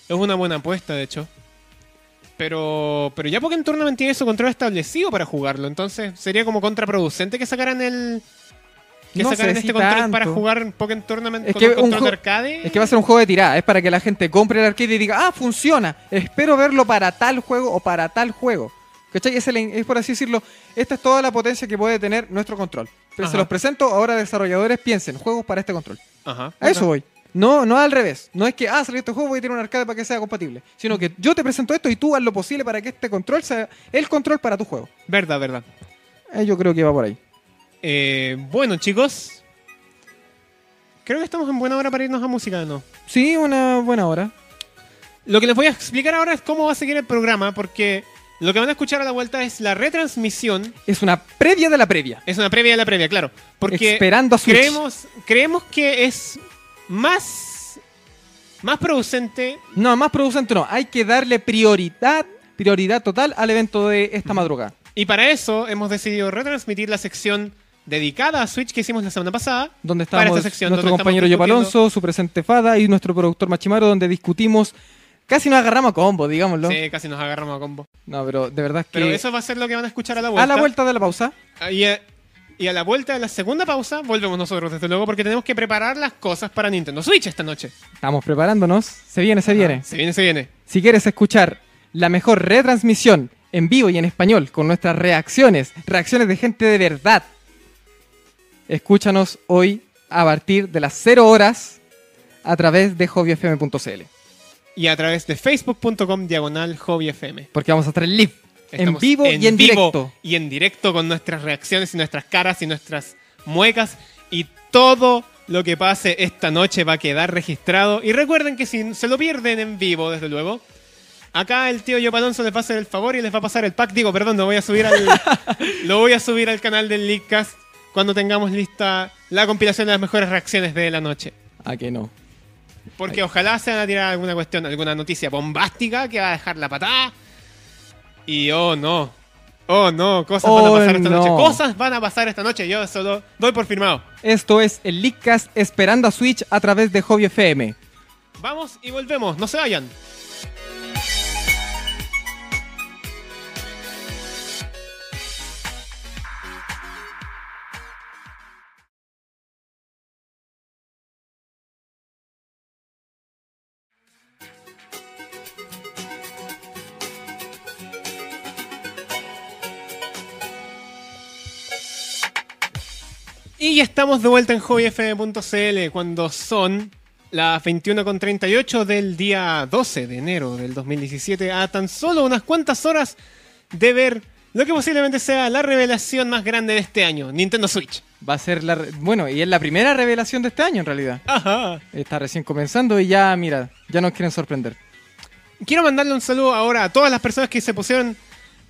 Speaker 4: Es una buena apuesta, de hecho. Pero, pero ya Pokémon Tournament tiene su control establecido para jugarlo, entonces sería como contraproducente que sacaran el que
Speaker 3: No
Speaker 4: sacaran
Speaker 3: sé
Speaker 4: este
Speaker 3: si
Speaker 4: control
Speaker 3: tanto.
Speaker 4: para jugar Pokémon Tournament
Speaker 3: Es
Speaker 4: con
Speaker 3: que
Speaker 4: un
Speaker 3: un
Speaker 4: control de
Speaker 3: ju-
Speaker 4: arcade.
Speaker 3: Es que va a ser un juego de tirada, es para que la gente compre el arcade y diga, ah, funciona, espero verlo para tal juego o para tal juego. ¿Cachai? Es, el- es por así decirlo, esta es toda la potencia que puede tener nuestro control. Pero
Speaker 4: Ajá.
Speaker 3: se los presento, ahora desarrolladores piensen, juegos para este control.
Speaker 4: Ajá.
Speaker 3: A eso voy. No, no al revés. No es que, ah, salió este juego, voy a tener un arcade para que sea compatible. Sino que yo te presento esto y tú haz lo posible para que este control sea el control para tu juego.
Speaker 4: Verdad, verdad.
Speaker 3: Eh, yo creo que va por ahí.
Speaker 4: Eh, bueno, chicos. Creo que estamos en buena hora para irnos a música, ¿no?
Speaker 3: Sí, una buena hora.
Speaker 4: Lo que les voy a explicar ahora es cómo va a seguir el programa, porque lo que van a escuchar a la vuelta es la retransmisión.
Speaker 3: Es una previa de la previa.
Speaker 4: Es una previa de la previa, claro. Porque
Speaker 3: Esperando a Switch.
Speaker 4: creemos, creemos que es más, más producente.
Speaker 3: No, más producente no. Hay que darle prioridad, prioridad total al evento de esta madrugada.
Speaker 4: Y para eso hemos decidido retransmitir la sección dedicada a Switch que hicimos la semana pasada.
Speaker 3: Donde
Speaker 4: Para esta
Speaker 3: estábamos
Speaker 4: sección,
Speaker 3: nuestro
Speaker 4: donde estamos
Speaker 3: compañero Yop
Speaker 4: discutiendo-
Speaker 3: Alonso, su presente Fada y nuestro productor Machimaro, donde discutimos. Casi nos agarramos a combo, digámoslo.
Speaker 4: Sí, casi nos agarramos a combo.
Speaker 3: No, pero de verdad que.
Speaker 4: Pero eso va a ser lo que van a escuchar a la vuelta.
Speaker 3: a la vuelta de la pausa.
Speaker 4: Y a, y a la vuelta de la segunda pausa volvemos nosotros, desde luego, porque tenemos que preparar las cosas para Nintendo Switch esta noche. Ah,
Speaker 3: Estamos preparándonos. Se viene, se viene.
Speaker 4: Se viene, se viene.
Speaker 3: Si quieres escuchar la mejor retransmisión en vivo y en español con nuestras reacciones, reacciones de gente de verdad, escúchanos hoy a partir de las 0 horas a través de hobbyfm.cl.
Speaker 4: Y a través de facebook.com diagonal hobbyfm.
Speaker 3: Porque vamos a estar en live, en
Speaker 4: Estamos
Speaker 3: vivo y en
Speaker 4: vivo
Speaker 3: directo.
Speaker 4: Y en directo con nuestras reacciones y nuestras caras y nuestras muecas. Y todo lo que pase esta noche va a quedar registrado. Y recuerden que si se lo pierden en vivo, desde luego, acá el tío Yopalonso les va a hacer el favor y les va a pasar el pack. Digo, perdón, lo voy a subir al, lo voy a subir al canal del Leadcast cuando tengamos lista la compilación de las mejores reacciones de la noche.
Speaker 3: ¿A Ah, que no?
Speaker 4: Porque ojalá se van a tirar alguna cuestión, alguna noticia bombástica que va a dejar la patada. Y oh no. Oh no, cosas van a
Speaker 3: Oh,
Speaker 4: pasar esta noche.
Speaker 3: no.
Speaker 4: Cosas van a pasar esta noche. Yo solo doy por firmado.
Speaker 3: Esto es el Leakcast Esperando a Switch a través de Hobby FM.
Speaker 4: Vamos y volvemos. No se vayan. Y ya estamos de vuelta en hobbyfm.cl cuando son las 21.38 del día 12 de enero del 2017 a tan solo unas cuantas horas de ver lo que posiblemente sea la revelación más grande de este año, Nintendo Switch.
Speaker 3: Va a ser la. re- Bueno, y es la primera revelación de este año en realidad.
Speaker 4: Ajá.
Speaker 3: Está recién comenzando y ya, mira, ya nos quieren sorprender.
Speaker 4: Quiero mandarle un saludo ahora a todas las personas que se pusieron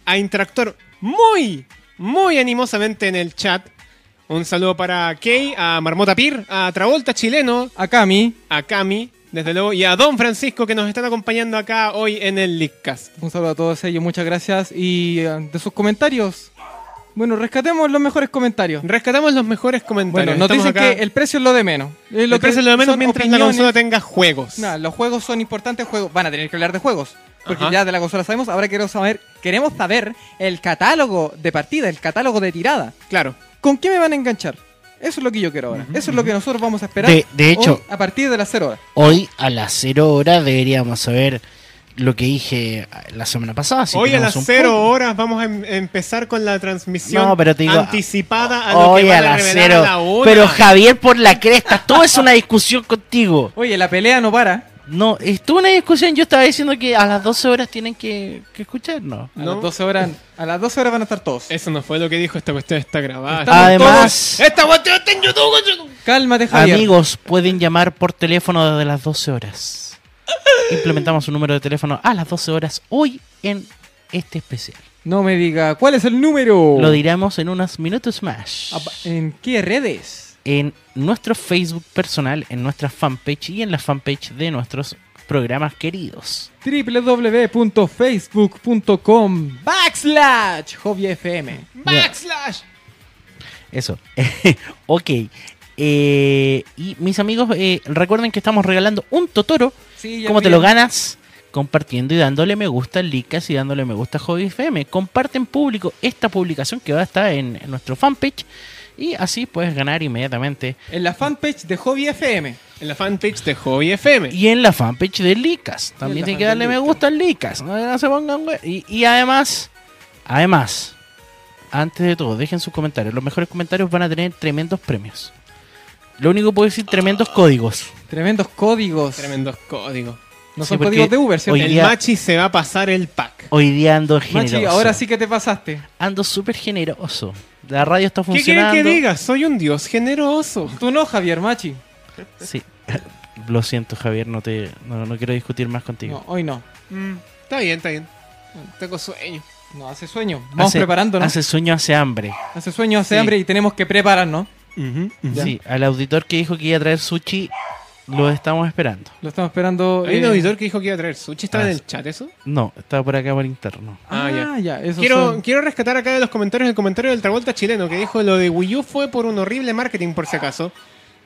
Speaker 4: a interactuar muy, muy animosamente en el chat. Un saludo para Kay, a Marmota Pir, a Travolta Chileno,
Speaker 3: Acá a mí,
Speaker 4: a Cami, desde luego, y a Don Francisco que nos están acompañando acá hoy en el Leadcast.
Speaker 3: un saludo a todos ellos, muchas gracias. Y eh, de sus comentarios, bueno, rescatemos los mejores comentarios.
Speaker 4: Rescatamos los mejores
Speaker 3: Bueno,
Speaker 4: comentarios.
Speaker 3: nos
Speaker 4: Estamos
Speaker 3: dicen
Speaker 4: acá-
Speaker 3: que el precio es lo de menos. Eh,
Speaker 4: el
Speaker 3: lo que
Speaker 4: precio es lo de menos
Speaker 3: son
Speaker 4: mientras la
Speaker 3: opiniones.
Speaker 4: consola tenga juegos.
Speaker 3: Nah, los juegos son importantes juegos. Van a tener que hablar de juegos. Porque
Speaker 4: Ajá.
Speaker 3: ya de la consola sabemos, ahora queremos saber, queremos saber el catálogo de partida, el catálogo de tirada.
Speaker 4: Claro.
Speaker 3: ¿Con qué me van a enganchar? Eso es lo que yo quiero ahora. Eso es lo que nosotros vamos a esperar.
Speaker 1: De- de hecho-
Speaker 3: hoy, a partir de las 0 horas.
Speaker 1: Hoy a las 0 horas deberíamos saber lo que dije la semana pasada. si
Speaker 4: Hoy a
Speaker 1: tenemos
Speaker 4: las
Speaker 1: un
Speaker 4: 0
Speaker 1: poco.
Speaker 4: horas vamos a em- empezar con la transmisión
Speaker 1: No, pero te digo,
Speaker 4: anticipada a lo que
Speaker 1: Hoy
Speaker 4: van
Speaker 1: a
Speaker 4: a
Speaker 1: las
Speaker 4: revelar a la
Speaker 1: 0.
Speaker 4: una.
Speaker 1: Pero Javier, por la cresta, todo es una discusión contigo.
Speaker 3: Oye, la pelea no para.
Speaker 1: No, estuvo una discusión. Yo estaba diciendo que a las 12 horas tienen que, que escucharnos.
Speaker 3: A,
Speaker 4: No.
Speaker 3: las 12 horas, a las 12 horas van a estar todos.
Speaker 4: Eso no fue lo que dijo, esta cuestión está grabada.
Speaker 3: Estamos
Speaker 1: Además,
Speaker 4: ¡Esta cuestión está en YouTube!
Speaker 3: Cálmate, Javier.
Speaker 1: amigos, pueden llamar por teléfono desde las 12 horas. Implementamos un número de teléfono a las 12 horas hoy en este especial.
Speaker 3: No me diga, ¿cuál es el número?
Speaker 1: Lo diremos en unos minutos más.
Speaker 3: Apa- ¿En qué redes?
Speaker 1: en nuestro Facebook personal, en nuestra fanpage y en la fanpage de nuestros programas queridos.
Speaker 3: www.facebook.com backslash hobbyfm.
Speaker 4: ¡Backslash!
Speaker 1: Eso. ok. Eh, y mis amigos, eh, recuerden que estamos regalando un Totoro.
Speaker 3: Sí, ya
Speaker 1: ¿Cómo te lo
Speaker 3: vi.
Speaker 1: ganas? Compartiendo y dándole me gusta al Licas y dándole me gusta a Hobby FM. Comparte en público esta publicación que va a estar en, en nuestro fanpage. Y así puedes ganar inmediatamente.
Speaker 3: En la fanpage de Hobby FM.
Speaker 4: En la fanpage de Hobby FM.
Speaker 1: Y en la fanpage de Licas.
Speaker 3: Y en la
Speaker 1: También tienen que
Speaker 3: fanpage
Speaker 1: darle
Speaker 3: de
Speaker 1: me
Speaker 3: Licas.
Speaker 1: gusta al Licas. No, no se pongan hue- y, y además, además, antes de todo, dejen sus comentarios. Los mejores comentarios van a tener tremendos premios. Lo único que puedo decir,
Speaker 3: Ah.
Speaker 1: tremendos códigos.
Speaker 3: Tremendos códigos.
Speaker 4: Tremendos códigos.
Speaker 3: No
Speaker 1: Sí,
Speaker 3: son
Speaker 1: porque
Speaker 3: códigos de Uber, ¿cierto?
Speaker 1: hoy
Speaker 4: El
Speaker 1: día-
Speaker 4: Machi se va a pasar el pack.
Speaker 1: Hoy día ando generoso.
Speaker 3: Machi, ahora sí que te pasaste.
Speaker 1: Ando súper generoso. La radio está
Speaker 4: ¿Qué quieren
Speaker 1: funcionando.
Speaker 4: que diga? Soy un dios generoso.
Speaker 3: Tú no, Javier Machi.
Speaker 1: Sí. Lo siento, Javier, no te no, no quiero discutir más contigo.
Speaker 3: No, hoy no.
Speaker 4: Mm, está bien, está bien. Tengo sueño.
Speaker 3: No, hace sueño. Vamos
Speaker 1: Hace-
Speaker 3: preparándonos. Hace,
Speaker 1: Hace sueño, hace hambre.
Speaker 3: sueño, hace
Speaker 4: Sí.
Speaker 3: hambre y tenemos que prepararnos. Ya.
Speaker 1: Sí, al auditor que dijo que iba a traer sushi, lo estamos esperando.
Speaker 3: Lo estamos esperando.
Speaker 4: Hay un
Speaker 3: eh,
Speaker 4: auditor que dijo que iba a traer sushi. ¿Estaba en el chat eso?
Speaker 1: No, estaba por acá por interno.
Speaker 3: Ah,
Speaker 4: Ah,
Speaker 3: ya. Eso
Speaker 4: Quiero,
Speaker 3: son-
Speaker 4: quiero rescatar acá de los comentarios el comentario del Travolta chileno que dijo lo de Wii U fue por un horrible marketing por si acaso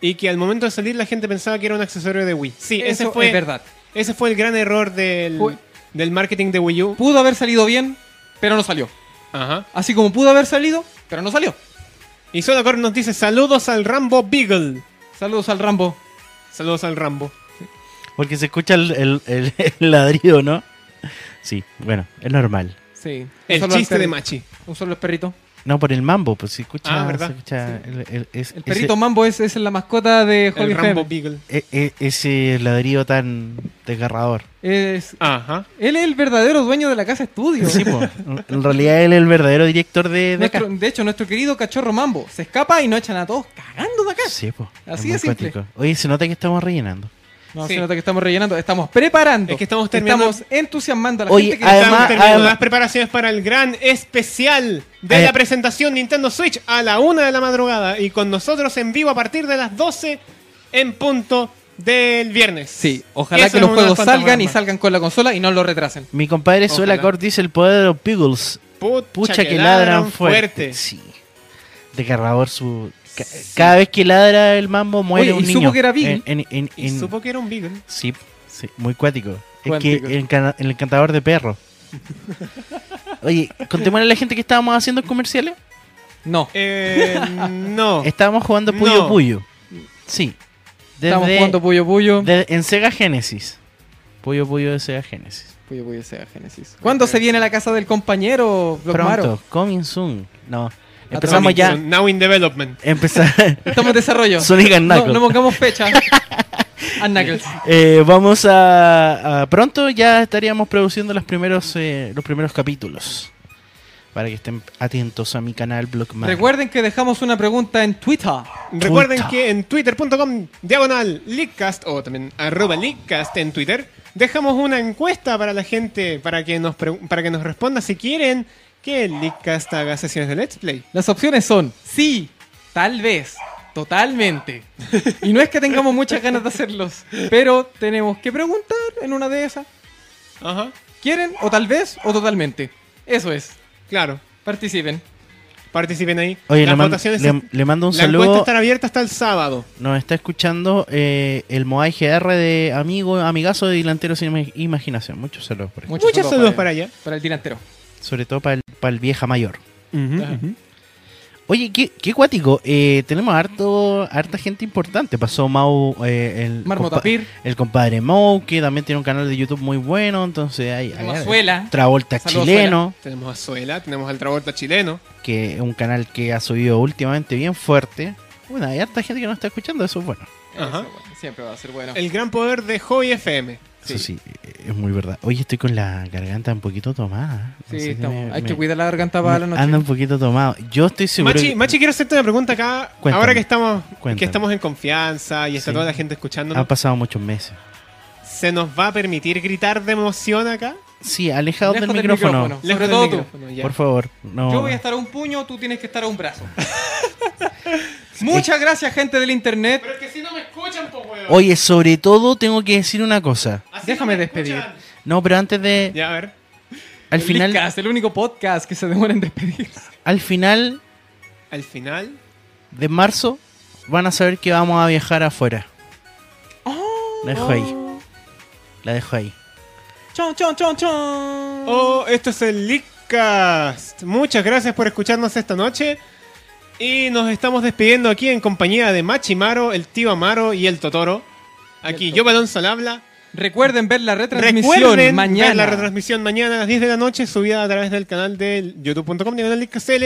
Speaker 4: y que al momento de salir la gente pensaba que era un accesorio de Wii. Sí, ese
Speaker 3: eso
Speaker 4: fue,
Speaker 3: es verdad.
Speaker 4: ese fue el gran error del,
Speaker 3: Fue-
Speaker 4: del marketing de Wii U.
Speaker 3: Pudo haber salido bien, pero no salió.
Speaker 4: Ajá.
Speaker 3: Así como pudo haber salido, pero no salió.
Speaker 4: Y Solacor nos dice saludos al Rambo Beagle.
Speaker 3: Saludos al Rambo.
Speaker 4: Saludos al Rambo.
Speaker 1: Porque se escucha el, el- el- el ladrido, ¿no? Sí, bueno, es normal.
Speaker 3: Sí. Un
Speaker 4: El
Speaker 3: saludo al
Speaker 4: chiste de
Speaker 3: perri-
Speaker 4: Machi.
Speaker 3: Un solo perrito.
Speaker 1: No, por el mambo, pues se escucha.
Speaker 4: Ah, ¿verdad?
Speaker 1: se escucha el, el- es-
Speaker 3: El perrito mambo es, es la mascota de Holy
Speaker 4: El Rambo
Speaker 3: Family.
Speaker 4: Beagle.
Speaker 1: ese, e- e- ese ladrido tan desgarrador.
Speaker 3: Es-
Speaker 4: Ajá.
Speaker 3: él es el verdadero dueño de la casa estudio.
Speaker 1: Sí, po. En realidad él es el verdadero director de, de acá.
Speaker 3: pues. Nuestro- de hecho, nuestro querido cachorro mambo se escapa y nos echan a todos cagando de acá.
Speaker 1: Sí, po.
Speaker 3: Así
Speaker 1: muy
Speaker 3: de simple.
Speaker 1: cuático. Oye, se nota que estamos rellenando.
Speaker 3: No,
Speaker 4: Sí.
Speaker 3: se nota que estamos rellenando, estamos preparando.
Speaker 4: Es que estamos terminando-
Speaker 3: Estamos entusiasmando a la
Speaker 1: Oye,
Speaker 3: gente que
Speaker 1: además-
Speaker 4: Estamos terminando
Speaker 1: además-
Speaker 4: las preparaciones para el gran especial de
Speaker 1: Adem-
Speaker 4: la presentación Nintendo Switch a la una de la madrugada y con nosotros en vivo a partir de las 12 en punto del viernes.
Speaker 3: Sí, ojalá
Speaker 4: Eso
Speaker 3: que
Speaker 4: es
Speaker 3: los
Speaker 4: una
Speaker 3: juegos
Speaker 4: fantasma
Speaker 3: salgan y
Speaker 4: más.
Speaker 3: salgan con la consola y no lo retrasen.
Speaker 1: Mi compadre Suela
Speaker 4: Ojalá.
Speaker 1: Cort dice el poder de los Piggles.
Speaker 4: Pucha,
Speaker 1: Pucha que, ladran fuerte. Sí. Desgarrador su. ca- Cada vez que ladra el mambo muere
Speaker 3: Oye,
Speaker 1: un
Speaker 3: y
Speaker 1: niño.
Speaker 3: supo que era Beagle.
Speaker 1: En- en- en-
Speaker 4: Y
Speaker 1: en-
Speaker 4: supo que era un Beagle.
Speaker 1: Sí, sí, muy cuático. Es que
Speaker 3: Cuántico.
Speaker 1: el, cana- el encantador de perro. Oye, contémosle a la gente que estábamos haciendo comerciales.
Speaker 3: No.
Speaker 4: Eh, no.
Speaker 1: Estábamos jugando Puyo
Speaker 4: No.
Speaker 1: Puyo. Sí.
Speaker 3: Estamos
Speaker 1: Desde-
Speaker 3: jugando Puyo Puyo.
Speaker 1: de- en Sega Genesis. Puyo Puyo de Sega Genesis.
Speaker 3: Puyo Puyo Sega Genesis. ¿Cuándo se viene a la casa del compañero, Blogmaro?
Speaker 1: Pronto, coming soon. No. Empezamos
Speaker 3: Coming
Speaker 1: ya.
Speaker 4: So, Now in development.
Speaker 1: Empezar.
Speaker 3: Estamos en desarrollo.
Speaker 1: Sonic and
Speaker 3: no,
Speaker 1: Knuckles.
Speaker 3: no pongamos fecha. A Knuckles.
Speaker 1: Eh, vamos a, a- Pronto ya estaríamos produciendo los primeros, eh, los primeros capítulos. Para que estén atentos a mi canal Blogman.
Speaker 3: Recuerden que dejamos una pregunta en Twitter.
Speaker 4: Recuerden
Speaker 1: Puta.
Speaker 4: que en twitter.com diagonal leakcast o también arroba leakcast en Twitter dejamos una encuesta para la gente para que nos pregu- para que nos responda si quieren que el leakcast haga sesiones de let's play.
Speaker 3: Las opciones son sí, tal vez, totalmente. Y no es que tengamos muchas ganas de hacerlos, pero tenemos que preguntar en una de esas.
Speaker 4: Ajá.
Speaker 3: ¿Quieren o tal vez o totalmente? Eso es.
Speaker 4: Claro.
Speaker 3: Participen.
Speaker 4: Participen ahí.
Speaker 1: Oye,
Speaker 4: Las
Speaker 1: le, man-
Speaker 4: votaciones
Speaker 1: le-
Speaker 4: se-
Speaker 1: le mando un
Speaker 4: la encuesta
Speaker 1: saludo.
Speaker 4: estará abierta hasta el sábado.
Speaker 1: Nos está escuchando eh, el Moai GR de amigo, amigazo de Delantero Sin Ima- Imaginación. Muchos saludos por aquí.
Speaker 3: Muchos
Speaker 4: Muchos saludos para allá.
Speaker 3: Para el delantero.
Speaker 1: Sobre todo para el, vieja mayor.
Speaker 3: Ajá.
Speaker 1: Oye, qué, qué cuático. eh, tenemos harto, harta gente importante. Pasó Mau, eh, el, compa-
Speaker 3: Marmotapir,
Speaker 1: el compadre Mau, que también tiene un canal de YouTube muy bueno. Entonces hay, hay-
Speaker 3: Mazuela.
Speaker 1: Travolta
Speaker 3: Saludos,
Speaker 1: chileno,
Speaker 4: Tenemos a Suela, tenemos al Travolta chileno.
Speaker 1: que es un canal que ha subido últimamente bien fuerte. Bueno, hay harta gente que no está escuchando, eso es bueno.
Speaker 4: Ajá.
Speaker 3: Eso, bueno, siempre va a ser bueno.
Speaker 4: El gran poder de Hobby FM.
Speaker 1: Eso sí, es muy verdad. Oye, estoy con la garganta un poquito tomada. No
Speaker 3: Sí,
Speaker 1: sé,
Speaker 3: estamos-
Speaker 1: me-
Speaker 3: hay
Speaker 1: me-
Speaker 3: que cuidar la garganta para la
Speaker 1: me
Speaker 3: noche.
Speaker 1: Anda un poquito tomado. Yo estoy seguro.
Speaker 4: Machi,
Speaker 1: que-
Speaker 4: Machi, quiero hacerte una pregunta acá.
Speaker 1: Cuéntame.
Speaker 4: ahora que estamos, que
Speaker 1: Cuéntame.
Speaker 4: estamos en confianza y
Speaker 1: Sí.
Speaker 4: está toda la gente escuchándonos,
Speaker 1: Han pasado muchos meses.
Speaker 4: ¿se nos va a permitir gritar de emoción acá?
Speaker 1: Sí, alejados
Speaker 3: Lejos
Speaker 1: del, micrófono.
Speaker 4: Lejos
Speaker 3: Sobre
Speaker 4: del
Speaker 3: todo tú.
Speaker 4: micrófono, ya.
Speaker 1: Por favor, no.
Speaker 3: Yo voy a estar a un puño, tú tienes que estar a un brazo. Muchas gracias, gente del internet.
Speaker 4: Pero es que si no me escuchan, po, weón.
Speaker 1: Oye, sobre todo tengo que decir una cosa.
Speaker 4: Así
Speaker 3: déjame
Speaker 4: no me
Speaker 3: despedir.
Speaker 4: escuchan.
Speaker 1: No, pero antes de.
Speaker 4: Ya, a ver.
Speaker 1: Al
Speaker 3: El
Speaker 1: final.
Speaker 3: Leadcast, el único podcast que se demora en despedirse.
Speaker 1: Al final
Speaker 4: Al final,
Speaker 1: de marzo van a saber que vamos a viajar afuera.
Speaker 3: Ah.
Speaker 1: La dejo ahí. La dejo ahí.
Speaker 3: Chon, chon, chon, chon.
Speaker 4: Oh, esto es el Leakcast. Muchas gracias por escucharnos esta noche. Y nos estamos despidiendo aquí en compañía de Machi Maro, el tío Amaro y el Totoro. Aquí, yo Balonso al habla.
Speaker 3: Recuerden ver la retransmisión
Speaker 4: Recuerden ver
Speaker 3: mañana.
Speaker 4: la retransmisión mañana a las 10 de la noche, subida a través del canal de youtube.com, diagonal Leakcast.cl.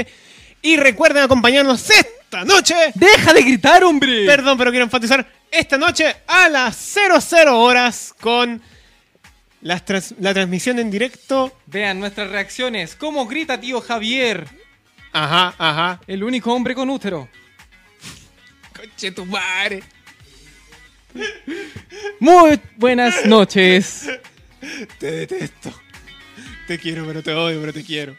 Speaker 4: Y recuerden acompañarnos esta noche.
Speaker 3: ¡Deja de gritar, hombre!
Speaker 4: Perdón, pero quiero enfatizar esta noche a las 00 horas con las trans- la transmisión en directo.
Speaker 3: Vean nuestras reacciones. ¿Cómo grita, tío Javier?
Speaker 4: Ajá, ajá.
Speaker 3: El único hombre con útero.
Speaker 4: Coche tu madre.
Speaker 3: Muy buenas noches.
Speaker 4: Te detesto. Te quiero, pero te odio, pero te quiero.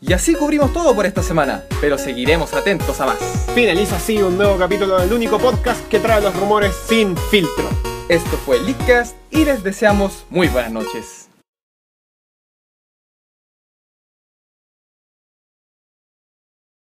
Speaker 3: Y así cubrimos todo por esta semana, pero seguiremos atentos a más.
Speaker 2: Finaliza así un nuevo capítulo del único podcast que trae los rumores sin filtro.
Speaker 3: Esto fue Leadcast y les deseamos muy buenas noches.